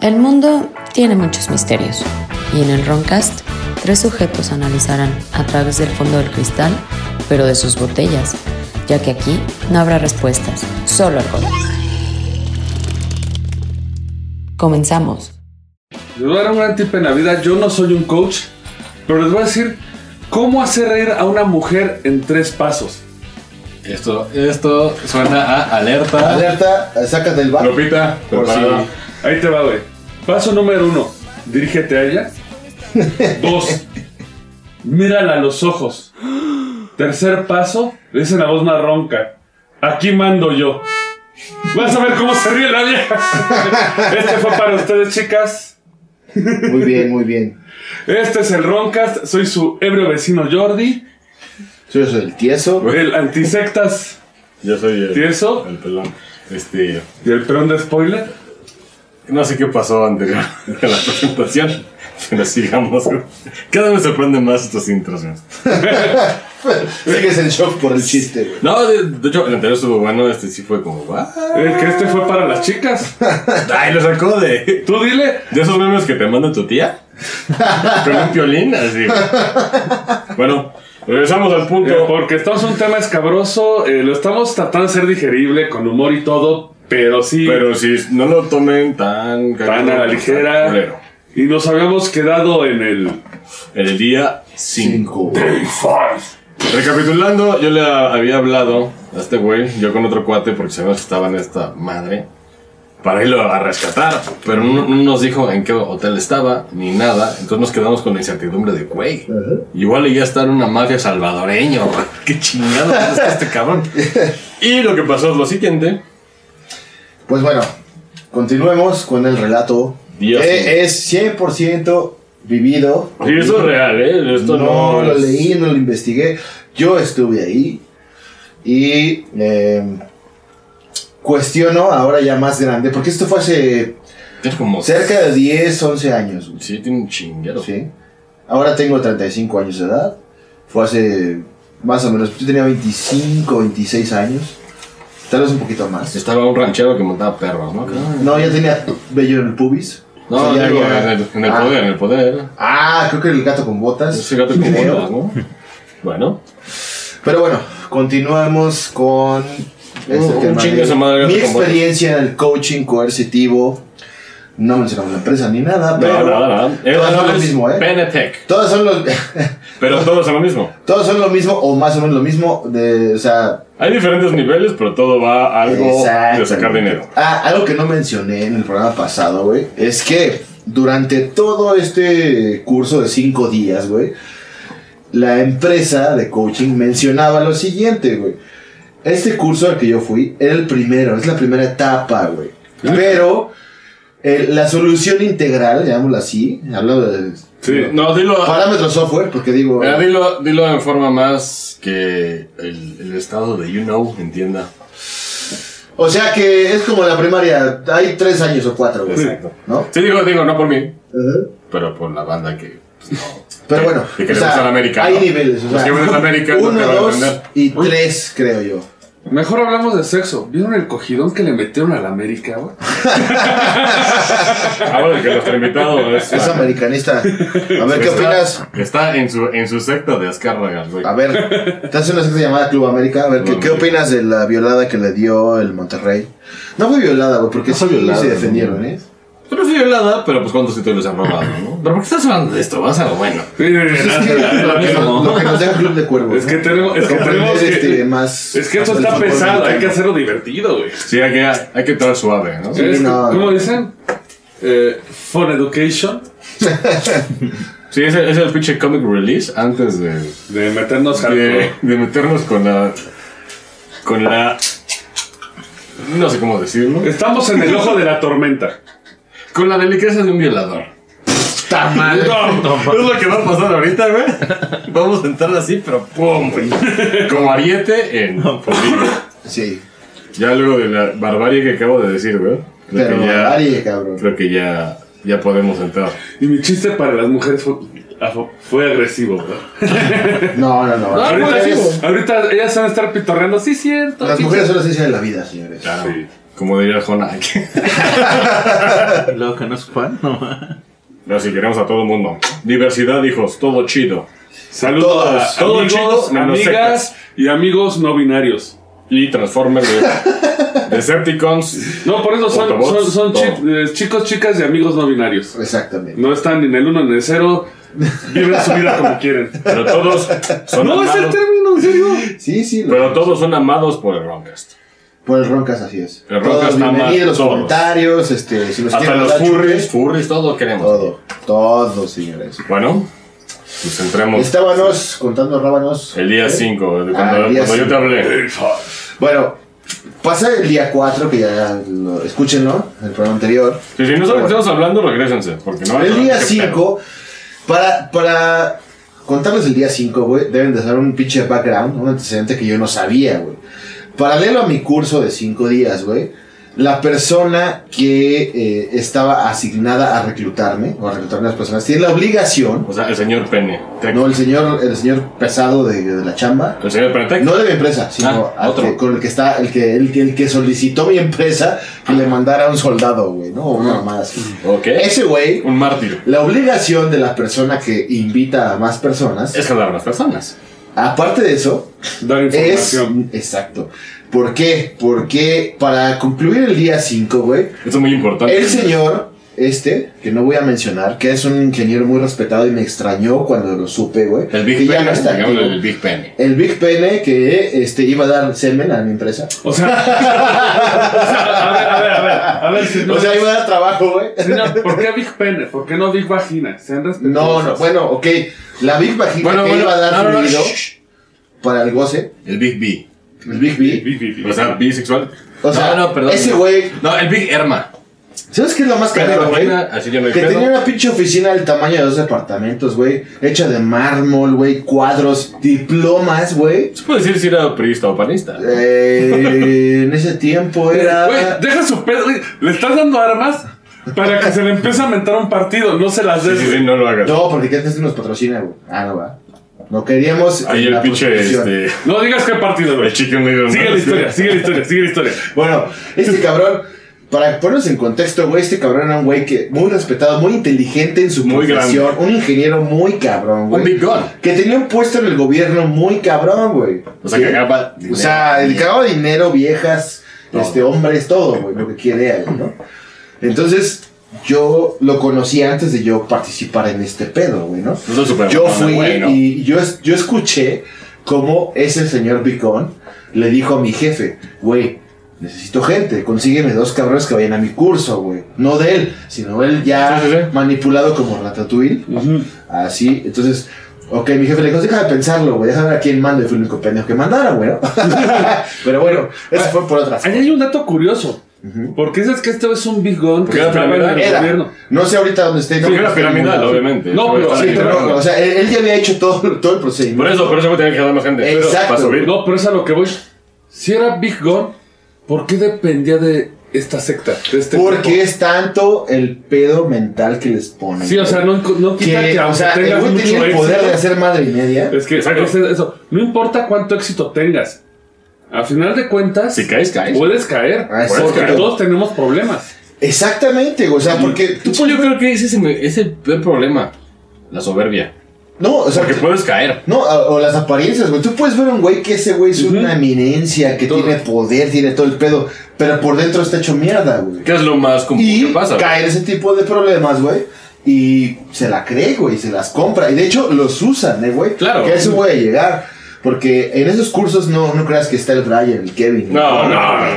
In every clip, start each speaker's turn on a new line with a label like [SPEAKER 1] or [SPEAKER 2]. [SPEAKER 1] El mundo tiene muchos misterios y en el Roncast tres sujetos analizarán a través del fondo del cristal, pero de sus botellas, ya que aquí no habrá respuestas, solo alcohol. Comenzamos.
[SPEAKER 2] Les voy a dar un gran tip en la vida. Yo no soy un coach, pero les voy a decir cómo hacer reír a una mujer en tres pasos.
[SPEAKER 3] Esto, esto suena a alerta.
[SPEAKER 4] Alerta, sácate el bar.
[SPEAKER 3] Lupita,
[SPEAKER 4] Por si-
[SPEAKER 3] preparada.
[SPEAKER 2] Ahí te va, güey. Paso número uno, dirígete a ella. Dos, mírala a los ojos. Tercer paso, le dicen la voz más ronca. Aquí mando yo. Vas a ver cómo se ríe la vieja. Este fue para ustedes, chicas.
[SPEAKER 4] Muy bien, muy bien.
[SPEAKER 2] Este es el Roncast. Soy su ebrio vecino Jordi.
[SPEAKER 4] Eso es el tieso.
[SPEAKER 2] El antisectas
[SPEAKER 3] Yo soy el,
[SPEAKER 2] tieso.
[SPEAKER 3] el pelón. Este,
[SPEAKER 2] Y el perón de spoiler.
[SPEAKER 3] no sé qué pasó anterior a la presentación, pero sigamos. Cada vez me sorprenden más estos intros. güey.
[SPEAKER 4] Sigues en shock por el chiste, güey.
[SPEAKER 3] No, de, de hecho, el anterior estuvo bueno, este sí fue como, "What?"
[SPEAKER 2] El que este fue para las chicas.
[SPEAKER 3] ¡Ay, lo sacó de,
[SPEAKER 2] Tú dile.
[SPEAKER 3] de esos memes que te manda tu tía! Con un violín, así. güey. Bueno, regresamos al
[SPEAKER 2] eh,
[SPEAKER 3] punto.
[SPEAKER 2] Porque estamos en un tema escabroso. eh, lo estamos tratando de ser digerible, con humor y todo. Pero sí.
[SPEAKER 3] Pero si no lo tomen tan...
[SPEAKER 2] tan a la ligera.
[SPEAKER 3] culero.
[SPEAKER 2] Y nos habíamos quedado en el.
[SPEAKER 3] En el día
[SPEAKER 4] Cinco.
[SPEAKER 3] 5. Recapitulando, yo le había hablado a este güey, yo con otro cuate, porque sabemos que estaba en esta madre, para irlo a rescatar. Pero no, no nos dijo en qué hotel estaba, ni nada. Entonces nos quedamos con la incertidumbre de, güey, igual y ya está en una mafia salvadoreño. güey. Qué chingado es este cabrón. Y lo que pasó es lo siguiente.
[SPEAKER 4] Pues bueno, continuemos con el relato.
[SPEAKER 3] Dios
[SPEAKER 4] que
[SPEAKER 3] mío.
[SPEAKER 4] es 100% vivido.
[SPEAKER 3] Y eso es real, ¿eh? Esto no,
[SPEAKER 4] no lo
[SPEAKER 3] es-
[SPEAKER 4] leí, no lo investigué. Yo estuve ahí y eh, cuestiono ahora ya más grande, porque esto fue hace
[SPEAKER 3] Es como...
[SPEAKER 4] cerca de 10, 11 años. güey.
[SPEAKER 3] Sí, tiene un chinguero.
[SPEAKER 4] Sí. Ahora tengo 35 años de edad. Fue hace más o menos, yo tenía 25, 26 años. Tal vez un poquito más.
[SPEAKER 3] Estaba un ranchero que montaba perros, ¿no?
[SPEAKER 4] No, ya tenía bello en el pubis.
[SPEAKER 3] No,
[SPEAKER 4] O sea, ya-
[SPEAKER 3] digo,
[SPEAKER 4] ya-
[SPEAKER 3] en el, en el
[SPEAKER 4] Ah.
[SPEAKER 3] poder, en el poder.
[SPEAKER 4] Ah, creo que el gato con botas.
[SPEAKER 3] Ese gato con
[SPEAKER 4] Creo.
[SPEAKER 3] botas, ¿no? Bueno,
[SPEAKER 4] Pero bueno, continuamos con este
[SPEAKER 3] Un- un
[SPEAKER 4] tema
[SPEAKER 3] chingo
[SPEAKER 4] de
[SPEAKER 3] esa madre,
[SPEAKER 4] mi
[SPEAKER 3] gato con botas.
[SPEAKER 4] experiencia en el coaching coercitivo. No mencionamos la empresa ni nada, pero
[SPEAKER 3] nada, nada, nada.
[SPEAKER 4] todas son lo
[SPEAKER 3] es
[SPEAKER 4] mismo, ¿eh?
[SPEAKER 3] Benetech,
[SPEAKER 4] Todas son, los,
[SPEAKER 3] pero todos son lo mismo.
[SPEAKER 4] todas son lo mismo o más o menos lo mismo. De, o sea,
[SPEAKER 3] Hay diferentes niveles, pero todo va a algo de sacar
[SPEAKER 4] Exactamente.
[SPEAKER 3] dinero.
[SPEAKER 4] Ah, algo que no mencioné en el programa pasado, güey, es que durante todo este curso de cinco días, güey, la empresa de coaching mencionaba lo siguiente, güey. Este curso al que yo fui era el primero, es la primera etapa, güey.
[SPEAKER 3] Ah.
[SPEAKER 4] Pero eh, la solución integral, llamémosla así, hablo de
[SPEAKER 2] Sí.
[SPEAKER 3] No, dilo,
[SPEAKER 4] parámetros software, porque digo,
[SPEAKER 3] mira, dilo, dilo en forma más que el, el estado de You Know entienda.
[SPEAKER 4] o sea que es como la primaria, hay tres años o cuatro, güey,
[SPEAKER 3] Exacto.
[SPEAKER 4] ¿no?
[SPEAKER 3] Sí, digo, digo, no por mí,
[SPEAKER 4] Ajá.
[SPEAKER 3] pero por la banda que. pues, no.
[SPEAKER 4] Pero bueno,
[SPEAKER 3] Y que le gusta la América,
[SPEAKER 4] hay
[SPEAKER 3] ¿no?
[SPEAKER 4] niveles. O
[SPEAKER 3] Los
[SPEAKER 4] sea,
[SPEAKER 3] que ven la América no
[SPEAKER 4] uno,
[SPEAKER 3] te van a
[SPEAKER 4] dos
[SPEAKER 3] entender.
[SPEAKER 4] y tres, creo yo.
[SPEAKER 2] Mejor hablamos de sexo. ¿Vieron el cogidón que le metieron a la América, güey?
[SPEAKER 3] Ahora Ah, que nuestro invitado es.
[SPEAKER 4] Es americanista. A ver, ¿qué
[SPEAKER 3] está-
[SPEAKER 4] opinas? Ah.
[SPEAKER 3] Está en su, en su secta de Azcárragas, güey.
[SPEAKER 4] A ver, te hace una secta llamada Club América. A ver, ¿qué,
[SPEAKER 3] Club
[SPEAKER 4] qué
[SPEAKER 3] América.
[SPEAKER 4] opinas de la violada que le dio el Monterrey? No fue violada, güey, porque No fue sí violada, se defendieron, no. ¿eh?
[SPEAKER 3] Pero sí violada, pero pues cuántos títulos han robado, ¿no? Pero ¿por qué estás hablando de esto? Vas a lo bueno.
[SPEAKER 4] Pues es que lo, que nos, lo que nos deja Club de Cuervos.
[SPEAKER 2] Es que
[SPEAKER 4] ¿no?
[SPEAKER 2] tenemos- es que
[SPEAKER 4] Comprender,
[SPEAKER 2] tenemos que-
[SPEAKER 4] este, más.
[SPEAKER 2] Es que esto
[SPEAKER 4] más del
[SPEAKER 2] está
[SPEAKER 4] fútbol
[SPEAKER 2] pesado. Hay que
[SPEAKER 4] mexicano.
[SPEAKER 2] hacerlo divertido, güey.
[SPEAKER 3] Sí, hay que, hay que entrar suave, ¿no?
[SPEAKER 4] Sí,
[SPEAKER 2] Es-
[SPEAKER 4] no.
[SPEAKER 2] ¿Cómo dicen? Eh, Fun Education.
[SPEAKER 3] Sí, es el, es el pinche comic release antes de,
[SPEAKER 2] De meternos al.
[SPEAKER 3] de, de meternos con la. con la. no sé cómo decirlo.
[SPEAKER 2] Estamos en el ojo de la tormenta.
[SPEAKER 3] Con la delicadeza de un violador. Está mal. es lo que va a pasar ahorita, güey. Vamos a entrar así, pero pum, pues güey. Como ariete en.
[SPEAKER 4] Sí,
[SPEAKER 3] ya luego de la barbarie que acabo de decir, güey. Creo
[SPEAKER 4] pero
[SPEAKER 3] que ya.
[SPEAKER 4] Ari, cabrón.
[SPEAKER 3] Creo que ya. ya podemos entrar.
[SPEAKER 2] Y mi chiste para las mujeres fue, afo- fue agresivo. güey.
[SPEAKER 4] No, no, no. Las
[SPEAKER 3] Ah, fue
[SPEAKER 2] Ahorita,
[SPEAKER 4] mujeres-
[SPEAKER 3] agresivo.
[SPEAKER 2] ahorita ellas van a estar pitorreando. Sí, cierto.
[SPEAKER 4] Las
[SPEAKER 2] sí,
[SPEAKER 4] mujeres
[SPEAKER 2] cierto".
[SPEAKER 4] son la esencia de la vida, señores.
[SPEAKER 3] Claro.
[SPEAKER 2] Sí.
[SPEAKER 3] Como diría Jonah. que-
[SPEAKER 5] Y luego que no es fan, no.
[SPEAKER 3] No, si queremos a todo el mundo. Diversidad, hijos, todo chido.
[SPEAKER 2] Saludos
[SPEAKER 4] Todos,
[SPEAKER 2] a
[SPEAKER 3] todos
[SPEAKER 2] amigos,
[SPEAKER 3] chicos, menos
[SPEAKER 2] amigas y amigos no binarios.
[SPEAKER 3] Y Transformers, de- Decepticons.
[SPEAKER 2] No, por eso son,
[SPEAKER 3] Autobots,
[SPEAKER 2] son, son
[SPEAKER 3] todo.
[SPEAKER 2] chi- eh, chicos, chicas y amigos no binarios.
[SPEAKER 4] Exactamente.
[SPEAKER 2] No están ni en el uno ni en el cero. Viven su vida como quieren.
[SPEAKER 3] Pero todos son
[SPEAKER 2] No es el
[SPEAKER 3] amados.
[SPEAKER 2] término, en serio.
[SPEAKER 4] Sí, sí. lo-
[SPEAKER 3] Pero todos son amados por el Roncast.
[SPEAKER 4] Por el Roncas así es.
[SPEAKER 3] El Roncas
[SPEAKER 4] Todos
[SPEAKER 3] ama
[SPEAKER 4] bienvenidos, los
[SPEAKER 3] todos.
[SPEAKER 4] comentarios, este, si nos
[SPEAKER 3] Hasta
[SPEAKER 4] quieren
[SPEAKER 3] los
[SPEAKER 4] mandar
[SPEAKER 3] furries,
[SPEAKER 4] chupes,
[SPEAKER 3] furries, todos queremos.
[SPEAKER 4] Todo, todo, señores.
[SPEAKER 3] Bueno, pues entremos.
[SPEAKER 4] Estábamos contando rábanos.
[SPEAKER 3] El día 5, cuando,
[SPEAKER 4] Ah, el día
[SPEAKER 3] cuando yo te
[SPEAKER 4] cinco.
[SPEAKER 3] hablé.
[SPEAKER 4] Bueno, pasa el día 4, que ya lo, escúchenlo, el programa anterior.
[SPEAKER 3] Si, si no saben que estamos hablando, regrésense. Porque no van a
[SPEAKER 4] el
[SPEAKER 3] saber
[SPEAKER 4] día
[SPEAKER 3] qué
[SPEAKER 4] 5, para, para contarles el día 5, güey, deben de saber un pinche background, un antecedente que yo no sabía, güey. Paralelo a mi curso de 5 días, güey, la persona que eh, estaba asignada a reclutarme, o a reclutarme a las personas, tiene la
[SPEAKER 3] pedo.
[SPEAKER 4] obligación,
[SPEAKER 3] O sea, el señor Pene. Tec.
[SPEAKER 4] no el señor, el señor pesado de, de la chamba,
[SPEAKER 3] El señor Pene Tec.
[SPEAKER 4] no de mi empresa, sino
[SPEAKER 3] Ah,
[SPEAKER 4] al
[SPEAKER 3] otro.
[SPEAKER 4] que- con el que está, el que, el, que- el que solicitó mi empresa que le mandara a un soldado, güey, ¿no? O una mamada así.
[SPEAKER 3] Ok.
[SPEAKER 4] Ese güey,
[SPEAKER 3] Un mártir.
[SPEAKER 4] la obligación de la persona que invita a más personas,
[SPEAKER 3] Es jalar a las personas.
[SPEAKER 4] aparte de eso,
[SPEAKER 2] Dar
[SPEAKER 4] es.
[SPEAKER 2] información.
[SPEAKER 4] Exacto. ¿Por qué? Porque para concluir el día 5, güey,
[SPEAKER 3] Esto es muy importante.
[SPEAKER 4] el señor, este, que no voy a mencionar, que es un ingeniero muy respetado y me extrañó cuando lo supe, güey.
[SPEAKER 3] El Big
[SPEAKER 4] que ya
[SPEAKER 3] Pene.
[SPEAKER 4] no está
[SPEAKER 3] digamos,
[SPEAKER 4] activo.
[SPEAKER 3] el Big Pene.
[SPEAKER 4] El Big Pene que este, iba a dar semen a mi empresa.
[SPEAKER 2] O sea, a ver, a ver, a ver. A ver si no.
[SPEAKER 4] O sea, iba a dar trabajo, güey.
[SPEAKER 2] si no, ¿Por qué Big Pene? ¿Por qué no Big Vagina? Sean respetuosos.
[SPEAKER 4] No, no, bueno, ok. La Big Vagina
[SPEAKER 3] Bueno,
[SPEAKER 4] que
[SPEAKER 3] bueno.
[SPEAKER 4] iba a dar
[SPEAKER 3] no, no, no,
[SPEAKER 4] fluido
[SPEAKER 3] shh.
[SPEAKER 4] para el goce,
[SPEAKER 3] El Big B.
[SPEAKER 4] el Big B.
[SPEAKER 2] Big, big, big.
[SPEAKER 3] O sea, bisexual.
[SPEAKER 4] O sea, ese güey-
[SPEAKER 3] No, el Big Herma.
[SPEAKER 4] ¿Sabes qué es lo más
[SPEAKER 3] Pero
[SPEAKER 4] caro, güey?
[SPEAKER 3] imagina, así yo no hay
[SPEAKER 4] Que
[SPEAKER 3] pedo.
[SPEAKER 4] tenía una pinche oficina del tamaño de dos departamentos, güey. Hecha de mármol, güey. Cuadros, diplomas, güey.
[SPEAKER 3] Se puede decir si era priista o panista.
[SPEAKER 4] Eh, en ese tiempo
[SPEAKER 2] Güey,
[SPEAKER 4] era.
[SPEAKER 2] deja su pedo. güey. Le estás dando armas para que se le empiece a mentar un partido. No se las
[SPEAKER 3] Sí,
[SPEAKER 2] des.
[SPEAKER 3] sí, sí, no lo hagas.
[SPEAKER 4] No, porque antes nos patrocina, güey. Ah, no va. No queríamos.
[SPEAKER 3] Ahí
[SPEAKER 4] la
[SPEAKER 3] el pinche,
[SPEAKER 4] prostitución.
[SPEAKER 3] este.
[SPEAKER 2] No digas qué partido, güey.
[SPEAKER 3] El chicken little.
[SPEAKER 2] Sigue la historia, sigue la historia, sigue la historia.
[SPEAKER 4] Bueno, este cabrón, para ponernos en contexto, güey, este cabrón era un güey que muy respetado, muy inteligente en su
[SPEAKER 3] Muy
[SPEAKER 4] profesión, un ingeniero muy cabrón,
[SPEAKER 3] Un
[SPEAKER 4] güey.
[SPEAKER 3] Big Gun.
[SPEAKER 4] Que tenía un puesto en el gobierno muy cabrón, güey.
[SPEAKER 3] O sea,
[SPEAKER 4] ¿Sí?
[SPEAKER 3] cagaba.
[SPEAKER 4] O sea, el cagado de dinero, viejas,
[SPEAKER 3] Todo.
[SPEAKER 4] este, hombres, todo, güey, lo que quiere él, ¿no? Entonces, yo lo conocí antes de yo participar en este pedo, güey, ¿no?
[SPEAKER 3] No soy super
[SPEAKER 4] Yo
[SPEAKER 3] mamona,
[SPEAKER 4] fui
[SPEAKER 3] güey, ¿no?
[SPEAKER 4] y yo, es- yo escuché cómo ese señor Bicón le dijo a mi jefe, güey, necesito gente, consígueme dos cabrones que vayan a mi curso, güey. No de él, sino él ya
[SPEAKER 3] Sí, sí, sí.
[SPEAKER 4] manipulado como Ratatouille. Así, entonces, ok, mi jefe le dijo, deja de pensarlo, güey, déjame ver a quién mando. Y fue el único pendejo que mandara, güey. ¿no? Pero bueno, eso fue por otras
[SPEAKER 2] Ahí
[SPEAKER 4] cosas.
[SPEAKER 2] hay un dato curioso. Porque dices que esto es un Big Gun que
[SPEAKER 3] Porque era
[SPEAKER 2] estaba en
[SPEAKER 3] piramidal.
[SPEAKER 2] el
[SPEAKER 4] Era,
[SPEAKER 2] gobierno.
[SPEAKER 4] no sé ahorita dónde esté. No,
[SPEAKER 3] Sí, era piramidal, obviamente.
[SPEAKER 2] No, pero-
[SPEAKER 4] Sí, pero, o sea, él, él ya había hecho todo, todo el procedimiento.
[SPEAKER 3] Por eso, por eso me tenía que jalar más gente. Pero,
[SPEAKER 4] Exacto.
[SPEAKER 3] Para subir.
[SPEAKER 2] No, pero es a lo que voy. Si era Big Gun, ¿por qué dependía de esta secta? De este
[SPEAKER 4] Porque
[SPEAKER 2] grupo?
[SPEAKER 4] es tanto el pedo mental que les ponen.
[SPEAKER 2] Sí, o sea, no, no quita que,
[SPEAKER 4] que, o
[SPEAKER 2] aunque
[SPEAKER 4] sea, el
[SPEAKER 2] tengas
[SPEAKER 4] güey
[SPEAKER 2] mucho
[SPEAKER 4] tenía el
[SPEAKER 2] éxito-
[SPEAKER 4] poder de hacer madre y media.
[SPEAKER 2] Es que
[SPEAKER 3] Exacto.
[SPEAKER 2] es eso. No importa cuánto éxito tengas. Al final de cuentas,
[SPEAKER 3] Si caes, caes.
[SPEAKER 2] puedes caer.
[SPEAKER 4] Ah, es
[SPEAKER 2] porque
[SPEAKER 4] cierto.
[SPEAKER 2] todos tenemos problemas.
[SPEAKER 4] Exactamente, güey, o sea, porque tú
[SPEAKER 3] pues, yo creo que ese es el- es el peor problema. La soberbia.
[SPEAKER 4] no, o sea,
[SPEAKER 3] Porque
[SPEAKER 4] tú-
[SPEAKER 3] puedes caer.
[SPEAKER 4] no, a- o las apariencias, güey. Tú puedes ver a un güey que ese güey es una eminencia, que
[SPEAKER 2] Todo.
[SPEAKER 4] tiene poder, tiene todo el pedo, pero por dentro está hecho mierda, güey.
[SPEAKER 3] ¿Qué es lo más común
[SPEAKER 4] Y
[SPEAKER 3] que pasa?
[SPEAKER 4] caer ese tipo de problemas, güey. Y se la cree, güey, se las compra. Y de hecho los usan, ¿eh, güey?
[SPEAKER 3] Claro.
[SPEAKER 4] Que a eso voy a llegar. Porque en esos cursos no, no creas que está el Brian, el Kevin.
[SPEAKER 3] No, no,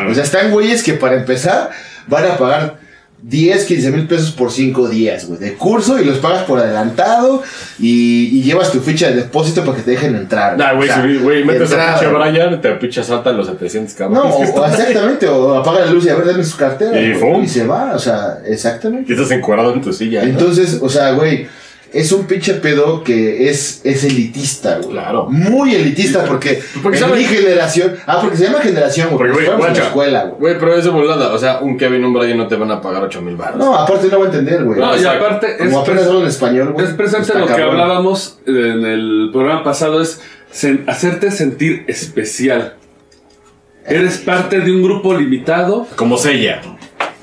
[SPEAKER 3] no.
[SPEAKER 4] O sea, están güeyes que para empezar van a pagar 10, 15 mil pesos por 5 días, güey, de curso y los pagas por adelantado y, y llevas tu ficha de depósito para que te dejen entrar.
[SPEAKER 3] Nah, güey,
[SPEAKER 4] O sea,
[SPEAKER 3] si- güey, metes a
[SPEAKER 4] entrada.
[SPEAKER 3] pinche Brian, te pinche salta los 700
[SPEAKER 4] No,
[SPEAKER 3] cabrones. que
[SPEAKER 4] o, o
[SPEAKER 3] están-
[SPEAKER 4] exactamente, o apaga la luz y a ver, dame su cartera.
[SPEAKER 3] Y
[SPEAKER 4] güey,
[SPEAKER 3] ¡fum!
[SPEAKER 4] y se va, o sea, exactamente.
[SPEAKER 3] Y estás encuadrado en tu silla. ¿no?
[SPEAKER 4] Entonces, o sea, güey, es un pinche pedo que es, es elitista, güey.
[SPEAKER 3] Claro.
[SPEAKER 4] Muy elitista, porque,
[SPEAKER 3] Porque
[SPEAKER 4] en
[SPEAKER 3] sabe-
[SPEAKER 4] mi generación. Ah, porque se llama generación, güey.
[SPEAKER 3] Porque,
[SPEAKER 4] Porque
[SPEAKER 3] güey,
[SPEAKER 4] fuéramos en la
[SPEAKER 3] guacha,
[SPEAKER 4] escuela, güey.
[SPEAKER 3] Güey, pero es de volada. O sea, un Kevin, un Brian no te van a pagar 8 mil baros.
[SPEAKER 4] No, aparte no va a entender, güey.
[SPEAKER 2] No,
[SPEAKER 4] O
[SPEAKER 2] y
[SPEAKER 4] sea,
[SPEAKER 2] aparte, es,
[SPEAKER 4] como apenas hablo en español, güey.
[SPEAKER 2] es presente
[SPEAKER 4] está
[SPEAKER 2] lo que
[SPEAKER 4] cabrón.
[SPEAKER 2] hablábamos en el programa pasado: es sen- hacerte sentir especial. Eres parte de un grupo limitado.
[SPEAKER 3] Como sella.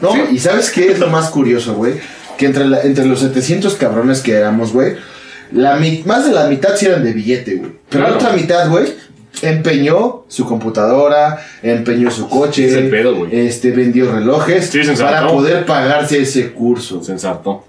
[SPEAKER 4] No, y ¿sabes qué es lo más curioso, güey? Que entre, la- entre los 700 cabrones que éramos, güey, la mi- más de la mitad sí eran de billete, güey. Pero
[SPEAKER 3] Claro.
[SPEAKER 4] la otra mitad, güey, empeñó su computadora, empeñó su coche.
[SPEAKER 3] Es el pedo, güey.
[SPEAKER 4] Este, vendió relojes
[SPEAKER 3] Sí,
[SPEAKER 4] para
[SPEAKER 3] se ensartó.
[SPEAKER 4] poder pagarse ese curso.
[SPEAKER 3] Se ensartó.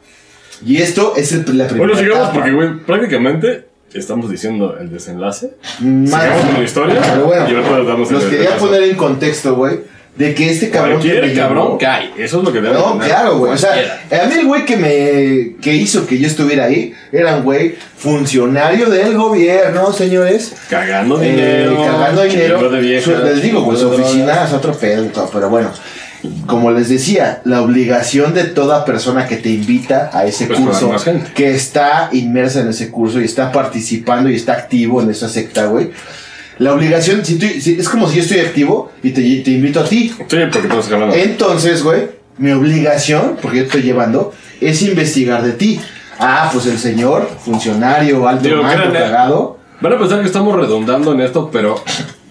[SPEAKER 4] Y esto es el- la primera
[SPEAKER 3] Bueno, sigamos
[SPEAKER 4] etapa.
[SPEAKER 3] porque, güey, prácticamente estamos diciendo el desenlace.
[SPEAKER 4] Más-
[SPEAKER 3] Sigamos con la historia.
[SPEAKER 4] Pero
[SPEAKER 3] y ahorita
[SPEAKER 4] bueno,
[SPEAKER 3] les damos el
[SPEAKER 4] los quería
[SPEAKER 3] desenlace.
[SPEAKER 4] poner en contexto, güey, de que este cabrón... que
[SPEAKER 3] Cualquier
[SPEAKER 4] me
[SPEAKER 3] cabrón
[SPEAKER 4] llamó-
[SPEAKER 3] cae. Eso es lo que debemos
[SPEAKER 4] No, claro, güey. O sea, a mí el güey que me que hizo que yo estuviera ahí era un güey funcionario del gobierno, señores.
[SPEAKER 3] Cagando
[SPEAKER 4] Eh,
[SPEAKER 3] dinero.
[SPEAKER 4] cargando dinero.
[SPEAKER 3] chingo de viejas,
[SPEAKER 4] Su- les digo, pues su
[SPEAKER 3] chingo de
[SPEAKER 4] oficina es otro pedo, y todo, pero bueno. Como les decía, la obligación de toda persona que te invita a ese
[SPEAKER 3] Pues,
[SPEAKER 4] curso,
[SPEAKER 3] para más gente.
[SPEAKER 4] que está inmersa en ese curso y está participando y está activo en esa secta, güey. La obligación, si tú- si- es como si yo estoy activo y te, te invito a ti.
[SPEAKER 3] drogas. Sí, porque todos jalando.
[SPEAKER 4] Eh, Entonces, güey, mi obligación, porque yo te estoy llevando, es investigar de ti. Ah, pues el señor, funcionario, alto
[SPEAKER 3] Digo,
[SPEAKER 4] mando,
[SPEAKER 3] créanle.
[SPEAKER 4] cagado.
[SPEAKER 3] Van a pensar que estamos redundando en esto, pero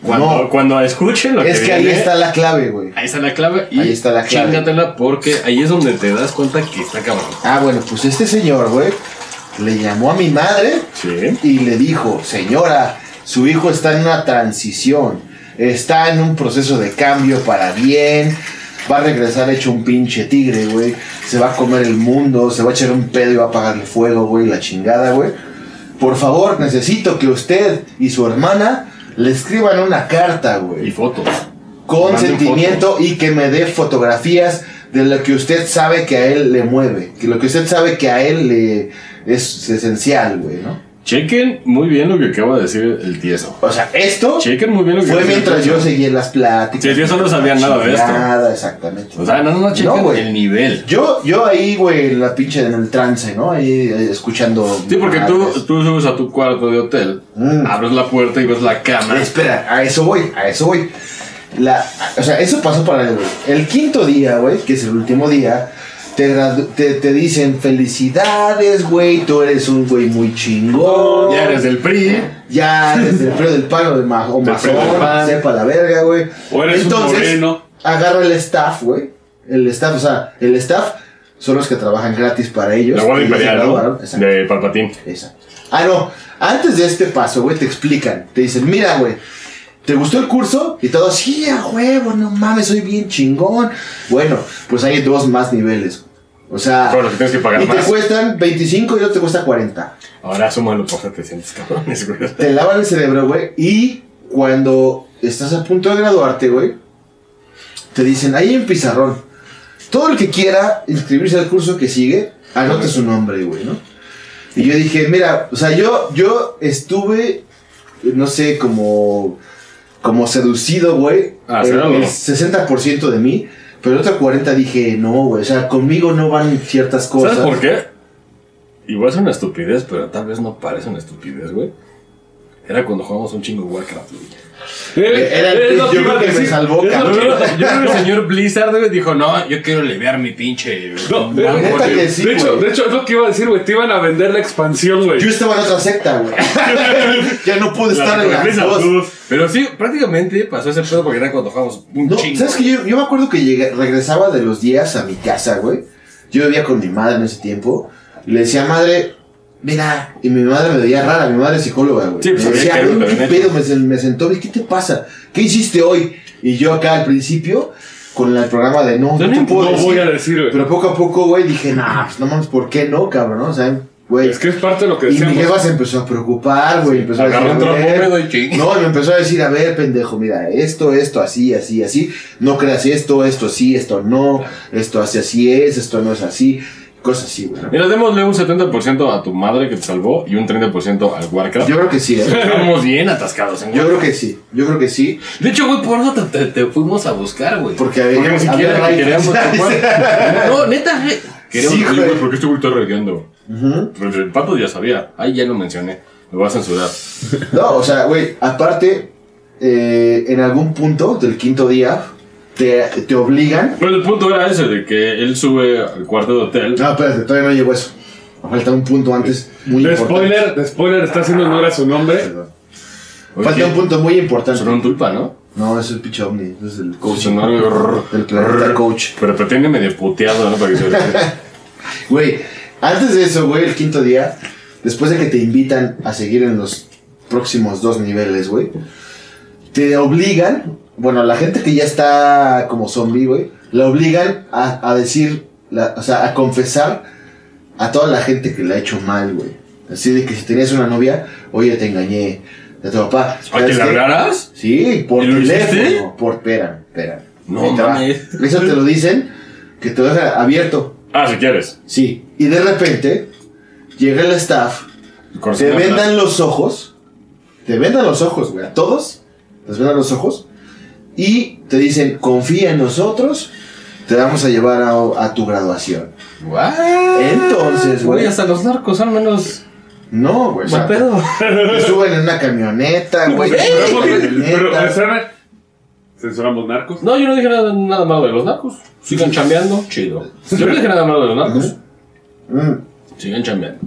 [SPEAKER 3] cuando,
[SPEAKER 4] No.
[SPEAKER 3] cuando escuchen lo que
[SPEAKER 4] Es que ahí
[SPEAKER 3] viene,
[SPEAKER 4] está la clave, güey.
[SPEAKER 3] Ahí está la clave y
[SPEAKER 4] Ahí está la clave.
[SPEAKER 3] chingatela porque ahí es donde te das cuenta que está cabrón.
[SPEAKER 4] Ah, bueno, pues este señor, güey, le llamó a mi madre
[SPEAKER 3] Sí.
[SPEAKER 4] y le dijo, señora, su hijo está en una transición, está en un proceso de cambio para bien, va a regresar hecho un pinche tigre, güey, se va a comer el mundo, se va a echar un pedo y va a apagarle fuego, güey, la chingada, güey. Por favor, necesito que usted y su hermana le escriban una carta, güey
[SPEAKER 3] Y fotos.
[SPEAKER 4] con
[SPEAKER 3] Manden
[SPEAKER 4] sentimiento y que me dé fotografías de lo que usted sabe que a él le mueve, que lo que usted sabe que a él le es esencial, güey, ¿no?
[SPEAKER 3] Chequen muy bien lo que acaba de decir el tieso.
[SPEAKER 4] O sea, esto
[SPEAKER 3] Chequen muy bien lo que
[SPEAKER 4] fue
[SPEAKER 3] acaba de decir
[SPEAKER 4] mientras
[SPEAKER 3] el
[SPEAKER 4] yo
[SPEAKER 3] tieso.
[SPEAKER 4] seguía las pláticas.
[SPEAKER 3] Sí, el tieso no sabía nada de esto.
[SPEAKER 4] Nada, exactamente.
[SPEAKER 3] O sea, no, no, no, chequen
[SPEAKER 4] güey.
[SPEAKER 3] el nivel.
[SPEAKER 4] Yo, yo ahí, güey, en la pinche en el trance, ¿no? Ahí eh, escuchando.
[SPEAKER 3] Sí, porque tú,
[SPEAKER 4] madres.
[SPEAKER 3] tú subes a tu cuarto de hotel,
[SPEAKER 4] Mm.
[SPEAKER 3] abres la puerta y ves la cama.
[SPEAKER 4] Eh, Espera, a eso voy, a eso voy. La, o sea, eso pasó para él, güey. El quinto día, güey, que es el último día, te, gradu- te, te dicen felicidades, güey, tú eres un güey muy chingón.
[SPEAKER 3] Ya eres del PRI.
[SPEAKER 4] Ya desde el frío del palo de ma o
[SPEAKER 3] Del
[SPEAKER 4] mazón,
[SPEAKER 3] frío del pan.
[SPEAKER 4] sepa la verga, güey.
[SPEAKER 2] O eres un moreno.
[SPEAKER 4] agarra el staff, güey. El staff, o sea, el staff son los que trabajan gratis para ellos.
[SPEAKER 3] La Guardia
[SPEAKER 4] que ya se
[SPEAKER 3] Imperial,
[SPEAKER 4] graduaron,
[SPEAKER 3] ¿no?
[SPEAKER 4] exacto.
[SPEAKER 3] De Palpatín.
[SPEAKER 4] Esa. Ah, no. Antes de este paso, güey, te explican. Te dicen, mira, güey, ¿te gustó el curso? Y todos, sí, a huevo, no mames, soy bien chingón. Bueno, pues hay dos más niveles. O sea,
[SPEAKER 3] Con los que tienes que pagar
[SPEAKER 4] y te
[SPEAKER 3] más.
[SPEAKER 4] cuestan 25 y otro te cuesta 40.
[SPEAKER 3] Ahora súmalo por 700 cabrones, güey.
[SPEAKER 4] Te lavan el cerebro, güey, y cuando estás a punto de graduarte, güey, te dicen, ahí en pizarrón, todo el que quiera inscribirse al curso que sigue, anote su nombre, güey, ¿no? Y yo dije, mira, o sea, yo, yo estuve, no sé, como, como seducido, güey,
[SPEAKER 3] Ah,
[SPEAKER 4] el,
[SPEAKER 3] claro.
[SPEAKER 4] el 60% de mí, pero el otro 40% dije, no, güey, o sea, conmigo no van ciertas cosas.
[SPEAKER 3] ¿Sabes por qué? Igual es una estupidez, pero tal vez no parece una estupidez, güey. Era cuando jugamos un chingo Warcraft, güey.
[SPEAKER 4] Eh, Era el-
[SPEAKER 2] Eh, lo
[SPEAKER 4] yo
[SPEAKER 2] iba
[SPEAKER 4] creo
[SPEAKER 2] a
[SPEAKER 4] que me
[SPEAKER 2] decir.
[SPEAKER 4] salvó,
[SPEAKER 2] Es lo que iba a
[SPEAKER 4] cabrón.
[SPEAKER 3] Yo creo que el señor Blizzard güey, dijo, no, yo quiero aliviar mi pinche...
[SPEAKER 2] No,
[SPEAKER 3] mi
[SPEAKER 2] de-
[SPEAKER 3] amor,
[SPEAKER 4] neta
[SPEAKER 3] güey".
[SPEAKER 4] que sí,
[SPEAKER 2] de, hecho,
[SPEAKER 4] güey.
[SPEAKER 2] de hecho, es lo que iba a decir, güey. Te iban a vender la expansión, güey.
[SPEAKER 4] Yo estaba en otra secta, güey. ya no pude
[SPEAKER 3] La
[SPEAKER 4] estar en las
[SPEAKER 3] recompensa,
[SPEAKER 4] dos.
[SPEAKER 3] tú. Pero sí, prácticamente pasó ese pedo porque era cuando jugamos un
[SPEAKER 4] No,
[SPEAKER 3] chingo.
[SPEAKER 4] ¿sabes que yo, yo me acuerdo que llegué- regresaba de los días a mi casa, güey. Yo vivía con mi madre en ese tiempo. Le decía, madre, mira. Y mi madre me veía rara, mi madre es psicóloga, güey.
[SPEAKER 3] Sí, pues,
[SPEAKER 4] me
[SPEAKER 3] sabía
[SPEAKER 4] decía,
[SPEAKER 3] que era
[SPEAKER 4] "Ven,
[SPEAKER 3] lo que
[SPEAKER 4] ¿qué
[SPEAKER 3] habían
[SPEAKER 4] pedo? Me, sen- me sentó, "Ven, ¿qué te pasa? ¿Qué hiciste hoy? Y yo acá al principio, con la- el programa de no,
[SPEAKER 2] Yo
[SPEAKER 4] no, te
[SPEAKER 2] ni- no
[SPEAKER 4] puedo decir.
[SPEAKER 2] voy a decir, güey.
[SPEAKER 4] Pero poco a poco, güey, dije, nah, pues no mames, ¿por qué no, cabrón? O sea, güey.
[SPEAKER 2] Es que es parte de lo que
[SPEAKER 4] Y mi
[SPEAKER 2] decíamos.
[SPEAKER 4] jefa se empezó a preocupar, güey. Empezó a decir,
[SPEAKER 3] agarró un
[SPEAKER 4] a
[SPEAKER 3] trapo
[SPEAKER 4] ver.
[SPEAKER 3] húmedo y ching.
[SPEAKER 4] No, me empezó a decir, a ver, pendejo, mira, esto, esto, así, así, así. No creas esto, esto sí, esto no. Esto así, así es, esto no es así. Cosas así, güey. ¿no?
[SPEAKER 3] Mira, démosle un 70% a tu madre que te salvó y un 30% al Warcraft.
[SPEAKER 4] Yo creo que sí, ¿eh?
[SPEAKER 3] Estábamos bien atascados en
[SPEAKER 4] Yo creo
[SPEAKER 3] Warcraft.
[SPEAKER 4] que sí, yo creo que sí.
[SPEAKER 3] De hecho, güey, por eso te, te- te fuimos a buscar, güey.
[SPEAKER 4] Porque había-
[SPEAKER 3] ni siquiera
[SPEAKER 4] había
[SPEAKER 3] te
[SPEAKER 4] raíces.
[SPEAKER 3] queríamos topar. No, neta, güey. Queríamos
[SPEAKER 4] Sí,
[SPEAKER 3] oye,
[SPEAKER 4] güey.
[SPEAKER 3] güey, ¿por qué este güey está regueando?
[SPEAKER 4] Ujú.
[SPEAKER 3] Pero El pato ya sabía. Ahí ya lo mencioné. Lo voy a censurar.
[SPEAKER 4] No, o sea, güey, aparte, eh, en algún punto del quinto día, te, te obligan.
[SPEAKER 3] Pero el punto era ese, de que él sube al cuarto de hotel.
[SPEAKER 4] No, espérate, todavía no llegó eso. Falta un punto antes muy
[SPEAKER 2] De
[SPEAKER 4] importante.
[SPEAKER 2] spoiler, de spoiler, está haciendo honor a su nombre.
[SPEAKER 4] Falta un punto muy importante.
[SPEAKER 3] Sonó un tulpa, ¿no?
[SPEAKER 4] No, es el pinche ovni. Es el coach.
[SPEAKER 3] Sonó algo-
[SPEAKER 4] El planeta coach.
[SPEAKER 3] Pero te tiene medio puteado, ¿no? Para que se
[SPEAKER 4] Güey, antes de eso, güey, el quinto día, después de que te invitan a seguir en los próximos dos niveles, güey, te obligan, bueno, la gente que ya está como zombie, güey, la obligan a, a decir, la- o sea, a confesar a toda la gente que le ha hecho mal, güey. Así de que si tenías una novia, oye, te engañé. De tu papá.
[SPEAKER 3] ¿A que
[SPEAKER 4] ¿sabes
[SPEAKER 3] le
[SPEAKER 4] qué?
[SPEAKER 3] hablaras?
[SPEAKER 4] Sí, por
[SPEAKER 3] ¿Y lo hiciste?
[SPEAKER 4] teléfono. Por, espera, espera.
[SPEAKER 3] No
[SPEAKER 4] Ahí te va.
[SPEAKER 3] mames.
[SPEAKER 4] Eso te lo dicen, que te lo dejan abierto.
[SPEAKER 3] Ah, si quieres.
[SPEAKER 4] Sí, y de repente llega el staff, te vendan los ojos, te vendan los ojos, güey, a todos, les vendan los ojos, y te dicen, confía en nosotros, te vamos a llevar a, a tu graduación. Entonces, güey.
[SPEAKER 3] hasta los narcos son menos.
[SPEAKER 4] No, güey, o sea,
[SPEAKER 3] mal pedo.
[SPEAKER 4] te suben en una camioneta, güey, en
[SPEAKER 2] Pero,
[SPEAKER 4] una
[SPEAKER 2] pero,
[SPEAKER 4] camioneta.
[SPEAKER 2] espérame. ¿Censuramos narcos?
[SPEAKER 3] No, yo no dije nada, nada malo de los narcos. Sigan chambeando, chido. Yo no dije nada malo de los narcos.
[SPEAKER 4] Mm.
[SPEAKER 3] Sigan chambeando.